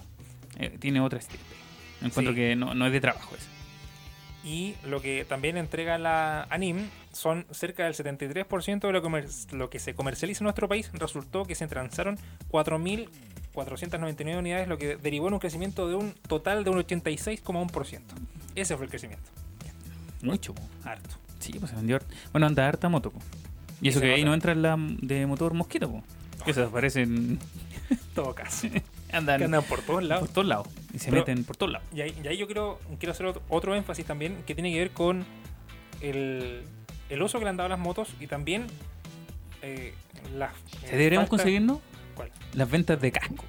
Speaker 2: eh, tiene otra estirpe. Encuentro
Speaker 1: Sí.
Speaker 2: que no, no es de trabajo esa.
Speaker 1: Y lo que también entrega la ANIM son cerca del 73% de lo, comer- lo que se comercializa en nuestro país. Resultó que se transaron 4.499 unidades, lo que derivó en un crecimiento de un total de un 86,1%. Ese fue el crecimiento.
Speaker 2: Mucho, po.
Speaker 1: Harto.
Speaker 2: Sí, pues se vendió. harta- Bueno, anda harta moto, po. Y eso
Speaker 1: Esa
Speaker 2: que ahí
Speaker 1: moto.
Speaker 2: no entra la m- de motor mosquito, po. Que se aparecen.
Speaker 1: Todo caso.
Speaker 2: Andan,
Speaker 1: Que andan por todos lados.
Speaker 2: por todos lados. Y se
Speaker 1: Pero-
Speaker 2: meten por todos lados.
Speaker 1: Y ahí, y ahí yo quiero, quiero hacer ot- otro énfasis también que tiene que ver con el, el uso que le han dado a las motos y también eh, las.
Speaker 2: ¿Se deberíamos conseguirnos
Speaker 1: ¿Cuál?
Speaker 2: las ventas de casco.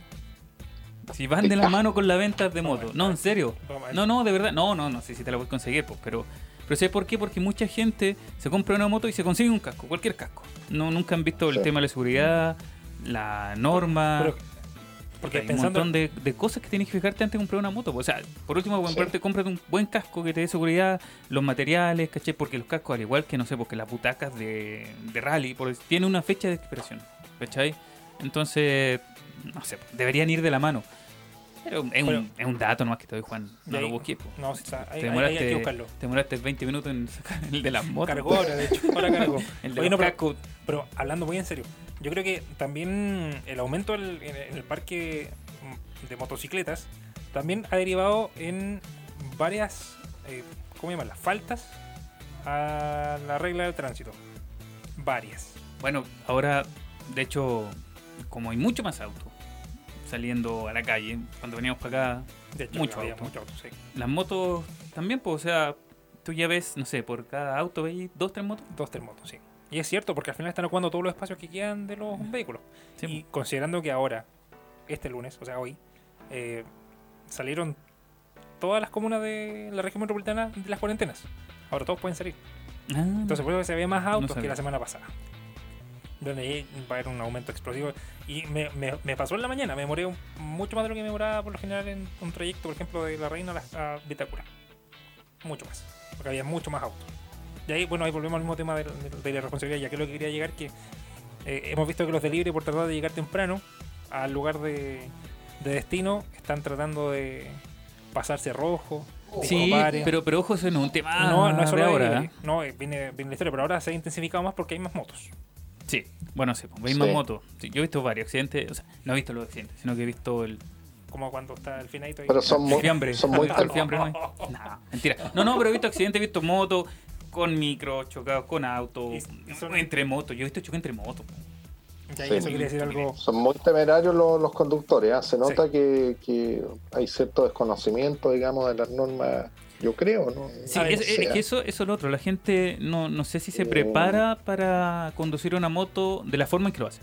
Speaker 2: Si van de la mano con las ventas de
Speaker 1: Vamos
Speaker 2: moto.
Speaker 1: a ver.
Speaker 2: No, en serio.
Speaker 1: Vamos a ver.
Speaker 2: No, no, de verdad. No, no, no sé si te la puedes conseguir, pues, pero. Pero ¿sabes por qué? Porque mucha gente se compra una moto y se consigue un casco, cualquier casco. No, nunca han visto el
Speaker 3: Sí.
Speaker 2: tema de la seguridad, la norma.
Speaker 1: Pero- porque
Speaker 2: Ah. hay
Speaker 1: pensando-
Speaker 2: un montón de, de cosas que tienes que fijarte antes de comprar una moto. po. O sea, por último,
Speaker 3: Sí.
Speaker 2: comprarte, cómprate un buen casco que te dé seguridad, los materiales, ¿caché? Porque los cascos, al igual que, no sé, porque las butacas de, de rally, por, tiene una fecha de expiración, ¿cachai? Entonces, no sé, pues, deberían ir de la mano. Pero es,
Speaker 1: Pero-
Speaker 2: un, es un dato nomás que te doy, Juan. No
Speaker 1: y
Speaker 2: lo
Speaker 1: ahí-
Speaker 2: busqué, po.
Speaker 1: No, sí está. Ahí,
Speaker 2: Te
Speaker 1: ahí-
Speaker 2: demoraste,
Speaker 1: ahí hay que buscarlo.
Speaker 2: te demoraste 20 minutos en sacar el de las motos.
Speaker 1: Cargó ahora, de hecho. Ahora cargó.
Speaker 2: El de
Speaker 1: Oye,
Speaker 2: los
Speaker 1: no, pero-
Speaker 2: cascos.
Speaker 1: Pero hablando muy en serio, yo creo que también el aumento del- en en el parque de motocicletas también ha derivado en varias, eh, ¿cómo llamarlas? Faltas a la regla del tránsito. Varias.
Speaker 2: Bueno, ahora, de hecho, como hay mucho más autos saliendo a la calle, cuando veníamos para acá,
Speaker 1: De hecho,
Speaker 2: Mucho
Speaker 1: había
Speaker 2: auto.
Speaker 1: mucho auto, sí.
Speaker 2: las motos también, pues, o sea, tú ya ves, no sé, por cada auto veis dos, tres motos.
Speaker 1: Dos termotos, sí. Y es cierto, porque al final están ocupando todos los espacios que quedan de
Speaker 2: Mm.
Speaker 1: los vehículos.
Speaker 2: Sí,
Speaker 1: Y considerando que ahora, este lunes, o sea, hoy, eh, salieron todas las comunas de la región metropolitana de las cuarentenas. Ahora todos pueden salir.
Speaker 2: Ah,
Speaker 1: Entonces por eso que se ve más autos que
Speaker 2: sabía.
Speaker 1: la semana pasada. Donde ahí va a haber un aumento explosivo. Y me, me- me pasó en la mañana, me demoré un- mucho más de lo que me demoraba por lo general en un trayecto, por ejemplo, de La Reina a, la, a Vitacura. Mucho más. Porque había mucho más autos. Y ahí, bueno, ahí volvemos al mismo tema del- del- de, la responsabilidad, ya que es lo que quería llegar, que eh, hemos visto que los delivery por tratar de llegar temprano al lugar de, de destino están tratando de pasarse rojo. de
Speaker 2: sí
Speaker 1: copar, eh.
Speaker 2: pero, pero ojo, eso no es un tema
Speaker 1: No, no es
Speaker 2: de
Speaker 1: solo
Speaker 2: ahora.
Speaker 1: ahora.
Speaker 2: ¿eh?
Speaker 1: No, eh, viene, viene la historia, pero ahora se ha intensificado más porque hay más motos.
Speaker 2: Sí, bueno, sí, pues, veis más
Speaker 3: Sí.
Speaker 2: motos. Sí, yo he visto varios accidentes, o sea, no he visto los accidentes, sino que he visto el,
Speaker 1: Como cuando está el finadito ahí.
Speaker 3: Pero son
Speaker 2: El
Speaker 3: muy,
Speaker 2: fiambre.
Speaker 3: son muy
Speaker 2: Al
Speaker 3: cal-
Speaker 2: fiambre no hay.
Speaker 1: Oh.
Speaker 2: No, mentira. No, no, pero he visto accidentes, he visto motos con micro, chocados con auto,
Speaker 1: Y- y son-
Speaker 2: entre motos. Yo he visto choque entre motos. pues.
Speaker 1: Ya,
Speaker 3: Sí.
Speaker 1: eso quiere decir algo.
Speaker 3: son muy temerarios los, los conductores. ¿ah? Se nota
Speaker 1: Sí.
Speaker 3: que, que hay cierto desconocimiento, digamos, de las normas, yo creo, ¿no?
Speaker 2: Sí,
Speaker 3: O
Speaker 1: Ay,
Speaker 2: es, es-
Speaker 3: sea,
Speaker 2: es que eso, eso es lo otro. La gente no, no sé si se
Speaker 3: Eh.
Speaker 2: prepara para conducir una moto de la forma en que lo hace.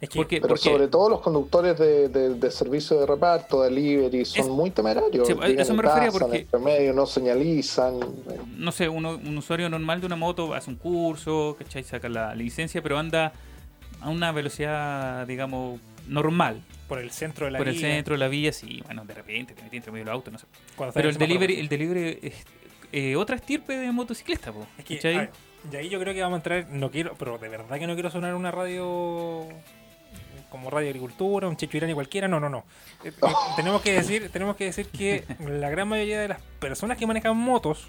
Speaker 1: Es que
Speaker 2: Porque,
Speaker 3: Pero
Speaker 2: porque
Speaker 3: sobre todo los conductores de, de- de servicio de reparto, delivery, son
Speaker 2: Es-
Speaker 3: muy temerarios.
Speaker 2: Sí, a
Speaker 3: Llegan
Speaker 2: eso me
Speaker 3: y
Speaker 2: refería
Speaker 3: pasan
Speaker 2: porque-
Speaker 3: entre medio, no señalizan. eh,
Speaker 2: no sé, uno- un usuario normal de una moto hace un curso, ¿cachai? Saca la licencia, pero anda a una velocidad, digamos, normal.
Speaker 1: por el centro de la
Speaker 2: por el
Speaker 1: villa,
Speaker 2: centro de la villa, sí, bueno, de repente te metí entre medio del auto, no sé.
Speaker 1: cuando está
Speaker 2: Pero
Speaker 1: en
Speaker 2: el
Speaker 1: semáforo.
Speaker 2: delivery, el delivery es eh, otra estirpe de motociclista, po,
Speaker 1: Es que,
Speaker 2: ¿cachai?
Speaker 1: a ver, y ahí yo creo que vamos a entrar. No quiero, pero de verdad que no quiero sonar una radio. Como Radio Agricultura, un Chichuirani cualquiera, no, no, no. Eh, eh, tenemos, que decir, tenemos que decir que la gran mayoría de las personas que manejan motos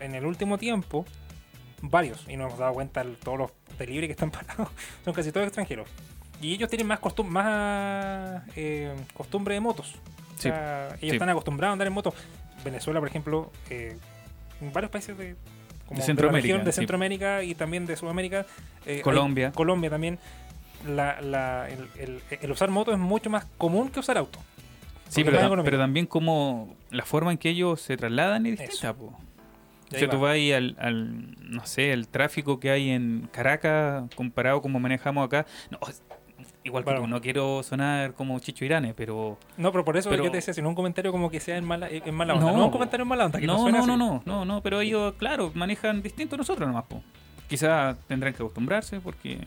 Speaker 1: en el último tiempo, varios, y nos hemos dado cuenta el- todos los delivery que están parados, son casi todos extranjeros. Y ellos tienen más, costum más eh, costumbre de motos. O
Speaker 2: Sí,
Speaker 1: sea, ellos
Speaker 2: sí.
Speaker 1: están acostumbrados a andar en moto. Venezuela, por ejemplo, eh, en varios países de, como
Speaker 2: De
Speaker 1: la
Speaker 2: Centroamérica,
Speaker 1: región de
Speaker 2: sí.
Speaker 1: Centroamérica y también de Sudamérica. eh,
Speaker 2: Colombia.
Speaker 1: hay- Colombia también. La, la- el, el- el usar moto es mucho más común que usar auto. porque
Speaker 2: sí, pero,
Speaker 1: es
Speaker 2: tam-
Speaker 1: económico.
Speaker 2: pero también como la forma en que ellos se trasladan es
Speaker 1: Eso.
Speaker 2: distinta, po.
Speaker 1: Y
Speaker 2: O
Speaker 1: ahí
Speaker 2: sea, tú
Speaker 1: va.
Speaker 2: vas ahí al, al, no sé, el tráfico que hay en Caracas comparado como manejamos acá. No, es- igual que
Speaker 1: Bueno.
Speaker 2: tú, no quiero sonar como Chicho Irane, pero...
Speaker 1: No, pero por eso
Speaker 2: pero-
Speaker 1: yo te decía, sino un comentario como que sea en mala, en mala
Speaker 2: No.
Speaker 1: onda. No, un comentario en mala onda. Que no,
Speaker 2: No,
Speaker 1: suene
Speaker 2: no,
Speaker 1: así.
Speaker 2: no, no, no, no, pero ellos, claro, manejan distinto a nosotros nomás, po. Quizás tendrán que acostumbrarse porque...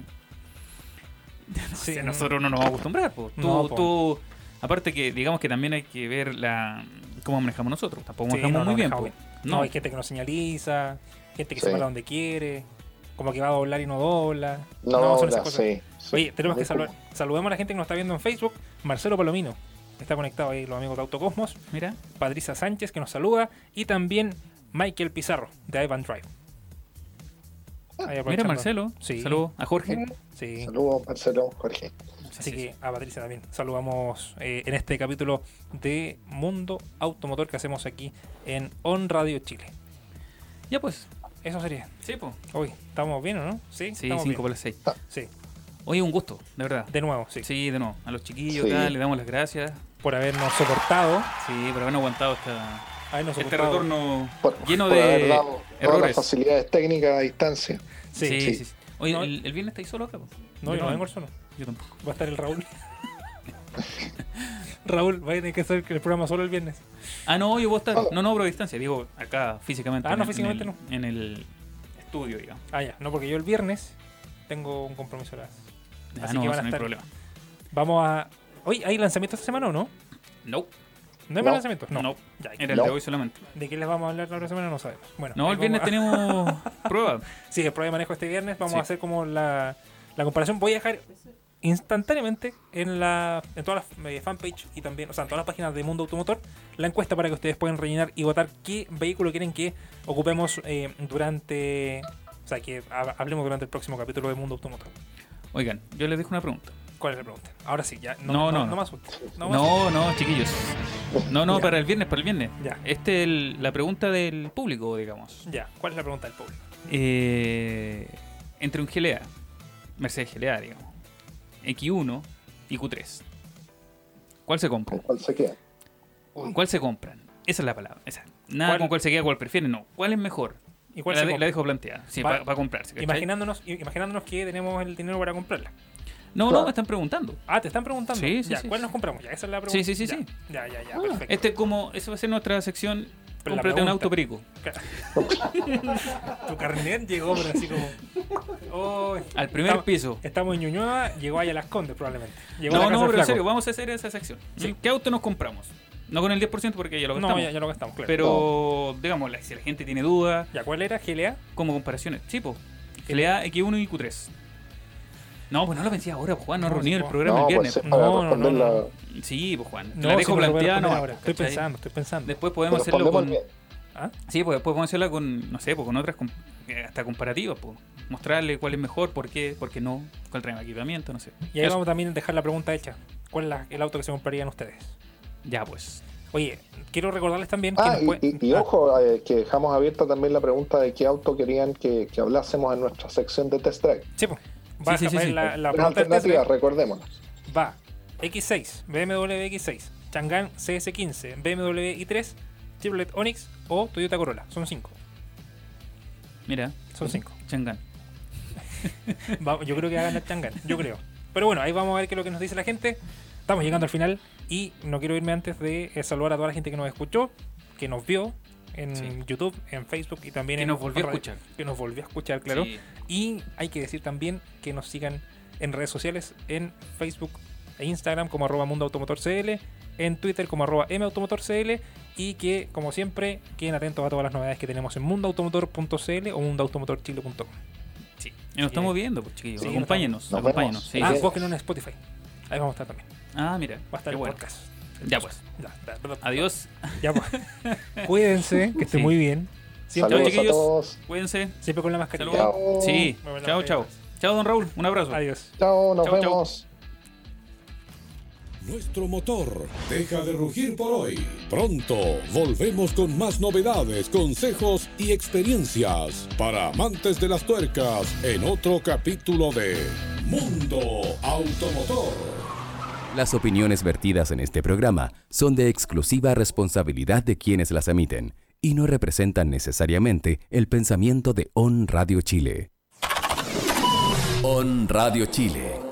Speaker 2: no
Speaker 1: Sí,
Speaker 2: sé,
Speaker 1: no.
Speaker 2: nosotros no nos vamos a acostumbrar, po. Tú,
Speaker 1: No, po.
Speaker 2: tú- Aparte que, digamos que también hay que ver la cómo manejamos nosotros. Tampoco
Speaker 1: Sí,
Speaker 2: manejamos
Speaker 1: no,
Speaker 2: muy
Speaker 1: no
Speaker 2: bien, pues.
Speaker 1: manejamos
Speaker 2: po.
Speaker 1: No, hay gente que no señaliza, gente que se
Speaker 3: Sí.
Speaker 1: para donde quiere, como que va a doblar y no dobla.
Speaker 3: No,
Speaker 1: son esas
Speaker 3: ahora
Speaker 1: cosas.
Speaker 3: sí, sí.
Speaker 1: Oye, tenemos que
Speaker 3: Es como-
Speaker 1: saludar. Saludemos a la gente que nos está viendo en Facebook. Marcelo Palomino, que está conectado ahí, los amigos de Autocosmos.
Speaker 2: Mira,
Speaker 1: Patricia Sánchez, que nos saluda. Y también Michael Pizarro, de Ivan Drive. Ahí
Speaker 2: Mira,
Speaker 1: aprovechando.
Speaker 2: Marcelo.
Speaker 1: Sí.
Speaker 2: Saludos a Jorge.
Speaker 1: Sí.
Speaker 3: Saludos, Marcelo, Jorge.
Speaker 1: Así que a Patricia también saludamos eh, en este capítulo de Mundo Automotor que hacemos aquí en On Radio Chile.
Speaker 2: Ya pues.
Speaker 1: Eso sería.
Speaker 2: Sí, pues.
Speaker 1: Hoy, ¿estamos bien o no? Sí,
Speaker 2: Sí,
Speaker 1: estamos
Speaker 2: 5
Speaker 1: bien.
Speaker 2: por las 6.
Speaker 1: Sí,
Speaker 2: Oye, un gusto, de verdad.
Speaker 1: de nuevo, sí.
Speaker 2: Sí, de nuevo. A los chiquillos,
Speaker 3: Sí.
Speaker 2: acá, le damos las gracias.
Speaker 1: Por habernos soportado.
Speaker 2: Sí, por haber aguantado esta,
Speaker 1: habernos
Speaker 2: este
Speaker 1: soportado.
Speaker 2: retorno
Speaker 3: Por,
Speaker 2: lleno
Speaker 3: por haber
Speaker 2: de
Speaker 3: dado todas las
Speaker 2: errores.
Speaker 3: facilidades técnicas a distancia.
Speaker 1: Sí,
Speaker 2: Sí,
Speaker 1: sí.
Speaker 2: sí, sí. Oye,
Speaker 1: No.
Speaker 2: el, el viernes estáis solo acá. po?
Speaker 1: No, yo no vengo solo.
Speaker 2: Yo tampoco.
Speaker 1: Va a estar el Raúl. Raúl, va a tener que hacer el programa solo el viernes.
Speaker 2: Ah, no, yo voy a estar.
Speaker 3: Oh.
Speaker 2: No, no, pero a distancia. Digo, acá físicamente.
Speaker 1: Ah,
Speaker 2: en
Speaker 1: no,
Speaker 2: el-
Speaker 1: físicamente
Speaker 2: en el, En el estudio, digamos.
Speaker 1: Ah, ya. No, porque yo el viernes tengo un compromiso a las-
Speaker 2: Ah,
Speaker 1: Así
Speaker 2: no,
Speaker 1: que
Speaker 2: eso
Speaker 1: van a
Speaker 2: no hay
Speaker 1: estar.
Speaker 2: problema.
Speaker 1: Vamos a. Hoy hay lanzamiento esta semana o no?
Speaker 2: No,
Speaker 1: ¿No hay
Speaker 3: No.
Speaker 1: más lanzamientos? No.
Speaker 2: no.
Speaker 1: Ya,
Speaker 2: Era el
Speaker 3: No.
Speaker 2: de hoy solamente.
Speaker 1: ¿De qué les vamos a hablar la otra semana? No sabemos. Bueno,
Speaker 2: No,
Speaker 1: ahí
Speaker 2: el viernes
Speaker 1: vamos a-
Speaker 2: tenemos prueba.
Speaker 1: Sí, el prueba de manejo este viernes. Vamos
Speaker 2: Sí.
Speaker 1: a hacer como la, la comparación. Voy a dejar instantáneamente en la en todas las eh, fanpage y también, o sea, en todas las páginas de Mundo Automotor, la encuesta para que ustedes puedan rellenar y votar qué vehículo quieren que ocupemos eh, durante. O sea, que ha- hablemos durante el próximo capítulo de Mundo Automotor.
Speaker 2: Oigan, yo les dejo una pregunta.
Speaker 1: ¿Cuál es la pregunta? Ahora sí, ya. No,
Speaker 2: No,
Speaker 1: no, no,
Speaker 2: no, no.
Speaker 1: me asustes. No, me asustes.
Speaker 2: No, no, chiquillos. No, no,
Speaker 1: Ya.
Speaker 2: para el viernes, para el viernes.
Speaker 1: Ya.
Speaker 2: Este es el- la pregunta del público, digamos.
Speaker 1: Ya, ¿cuál es la pregunta del público?
Speaker 2: Eh, entre un GLA, Mercedes GLA, digamos, X1 y Q3. ¿Cuál se compra?
Speaker 3: ¿Con cuál se queda?
Speaker 2: ¿Con ¿Cuál se compran? Esa es la palabra. esa. Nada
Speaker 1: ¿Cuál-
Speaker 2: con cuál se queda, cuál prefieren, no. ¿Cuál es mejor?
Speaker 1: ¿Y cuál
Speaker 2: la,
Speaker 1: se
Speaker 2: de- la
Speaker 1: compra?
Speaker 2: dejo planteada. Sí,
Speaker 1: Va-
Speaker 2: para comprarse. ¿cachai?
Speaker 1: Imaginándonos, i- imaginándonos que tenemos el dinero para comprarla.
Speaker 2: No, no, me están preguntando.
Speaker 1: Ah, te están preguntando.
Speaker 2: Sí, sí,
Speaker 1: ya,
Speaker 2: sí,
Speaker 1: ¿cuál
Speaker 2: sí.
Speaker 1: nos compramos? Ya, esa es la pregunta.
Speaker 2: Sí, sí, sí,
Speaker 1: ya.
Speaker 2: sí.
Speaker 1: Ya, ya,
Speaker 3: Ah,
Speaker 1: ya, perfecto.
Speaker 2: Este es como, eso va a ser nuestra sección.
Speaker 1: Pero la
Speaker 2: Cómprate un
Speaker 1: pregunta.
Speaker 2: auto perico.
Speaker 1: Tu carnet llegó, pero así como. Oh,
Speaker 2: Al primer
Speaker 1: estamos-
Speaker 2: piso.
Speaker 1: Estamos en Ñuñoa, llegó allá a las Condes probablemente. Llegó a la
Speaker 2: No,
Speaker 1: casa del
Speaker 2: no, pero en
Speaker 1: flaco.
Speaker 2: serio, vamos a hacer esa sección.
Speaker 1: Sí.
Speaker 2: ¿Qué auto nos compramos? No con el 10% porque ya lo
Speaker 1: No,
Speaker 2: gastamos.
Speaker 1: ya, ya lo gastamos, claro.
Speaker 2: Pero, digamos, la- si la gente tiene dudas,
Speaker 1: ¿Ya cuál era? GLA.
Speaker 2: como comparaciones. Tipo, LA X1 y Q3. No, pues no lo pensé ahora, pues, Juan, no
Speaker 1: No,
Speaker 2: reuní
Speaker 1: sí,
Speaker 2: el
Speaker 1: Juan.
Speaker 2: programa
Speaker 3: No,
Speaker 2: el
Speaker 3: pues
Speaker 2: viernes.
Speaker 3: es para
Speaker 1: No, no,
Speaker 3: responder
Speaker 1: no, no.
Speaker 3: la-
Speaker 2: Sí, pues Juan.
Speaker 1: No,
Speaker 2: la
Speaker 1: sí me lo
Speaker 2: dejo
Speaker 1: voy a
Speaker 2: planteada
Speaker 1: responder
Speaker 2: nomás,
Speaker 1: ahora. Estoy
Speaker 2: ¿cachai?
Speaker 1: pensando, estoy pensando.
Speaker 2: Después podemos hacerlo
Speaker 3: respondemos
Speaker 2: con.
Speaker 3: bien.
Speaker 1: ¿Ah?
Speaker 2: Sí, pues después podemos hacerla con, no sé, pues con otras, com- eh, hasta comparativas, pues. Mostrarle cuál es mejor, por qué, por qué no, cuál trae equipamiento, no sé.
Speaker 1: Y ahí
Speaker 2: Eso.
Speaker 1: vamos también a dejar la pregunta hecha. ¿Cuál es la- el auto que se comprarían ustedes?
Speaker 2: Ya, pues.
Speaker 1: Oye, quiero recordarles también que
Speaker 3: Ah,
Speaker 1: nos
Speaker 3: y,
Speaker 1: pueden-
Speaker 3: y- y
Speaker 1: Ah,
Speaker 3: ojo, eh, que dejamos abierta también la pregunta de qué auto querían que, que hablásemos en nuestra sección de test drive.
Speaker 1: sí, pues, va
Speaker 2: Sí, sí,
Speaker 1: a
Speaker 2: sí,
Speaker 1: saber
Speaker 2: sí.
Speaker 1: La, la
Speaker 3: Las
Speaker 1: pregunta del test drive.
Speaker 3: alternativas, recordémonos.
Speaker 1: va X6, BMW X6, Chang'an CS15, BMW i3, Chevrolet Onix o Toyota Corolla. Son cinco.
Speaker 2: Mira,
Speaker 1: Son cinco.
Speaker 2: Chang'an.
Speaker 1: Va- yo creo que va a ganar Chang'an, yo creo. Pero bueno, ahí vamos a ver qué es lo que nos dice la gente. Estamos llegando al final y no quiero irme antes de eh, saludar a toda la gente que nos escuchó, que nos vio en
Speaker 2: Sí.
Speaker 1: YouTube, en Facebook y también
Speaker 2: Que
Speaker 1: en
Speaker 2: nos volvió a
Speaker 1: radio-
Speaker 2: escuchar.
Speaker 1: Que nos volvió a escuchar, claro.
Speaker 2: Sí.
Speaker 1: Y hay que decir también que nos sigan en redes sociales, en Facebook e Instagram como arroba Mundo Automotor CL, en Twitter como arroba MAutomotorCL y que, como siempre, queden atentos a todas las novedades que tenemos en mundoautomotor.cl o mundoautomotorchile.com.
Speaker 2: Sí. Y nos estamos viendo, pues, chiquillos.
Speaker 1: Sí,
Speaker 2: acompáñenos,
Speaker 3: nos vemos.
Speaker 2: acompáñenos.
Speaker 3: Nos
Speaker 2: sí.
Speaker 1: ah,
Speaker 3: vemos.
Speaker 1: búsquenos en Spotify. Ahí vamos a estar también.
Speaker 2: Ah, mira.
Speaker 1: Va a estar
Speaker 2: qué
Speaker 1: el
Speaker 2: bueno.
Speaker 1: podcast.
Speaker 2: Ya, pues.
Speaker 1: Ya, ya, perdón.
Speaker 2: Adiós.
Speaker 1: Ya, pues. Cuídense, que esté
Speaker 2: Sí.
Speaker 1: muy bien. Siempre,
Speaker 3: Saludos a
Speaker 2: chiquillos.
Speaker 3: todos.
Speaker 2: Cuídense.
Speaker 1: siempre con la mascarilla.
Speaker 2: Saludos.
Speaker 3: Chao.
Speaker 2: Sí.
Speaker 1: Muy buenas
Speaker 2: Chao, chao. Chao, don Raúl. Un abrazo.
Speaker 1: Adiós.
Speaker 3: Chao, nos
Speaker 2: Chao, chao.
Speaker 3: vemos.
Speaker 5: Nuestro motor deja de rugir por hoy. Pronto volvemos con más novedades, consejos y experiencias para amantes de las tuercas en otro capítulo de Mundo Automotor.
Speaker 6: Las opiniones vertidas en este programa son de exclusiva responsabilidad de quienes las emiten y no representan necesariamente el pensamiento de On Radio Chile. On Radio Chile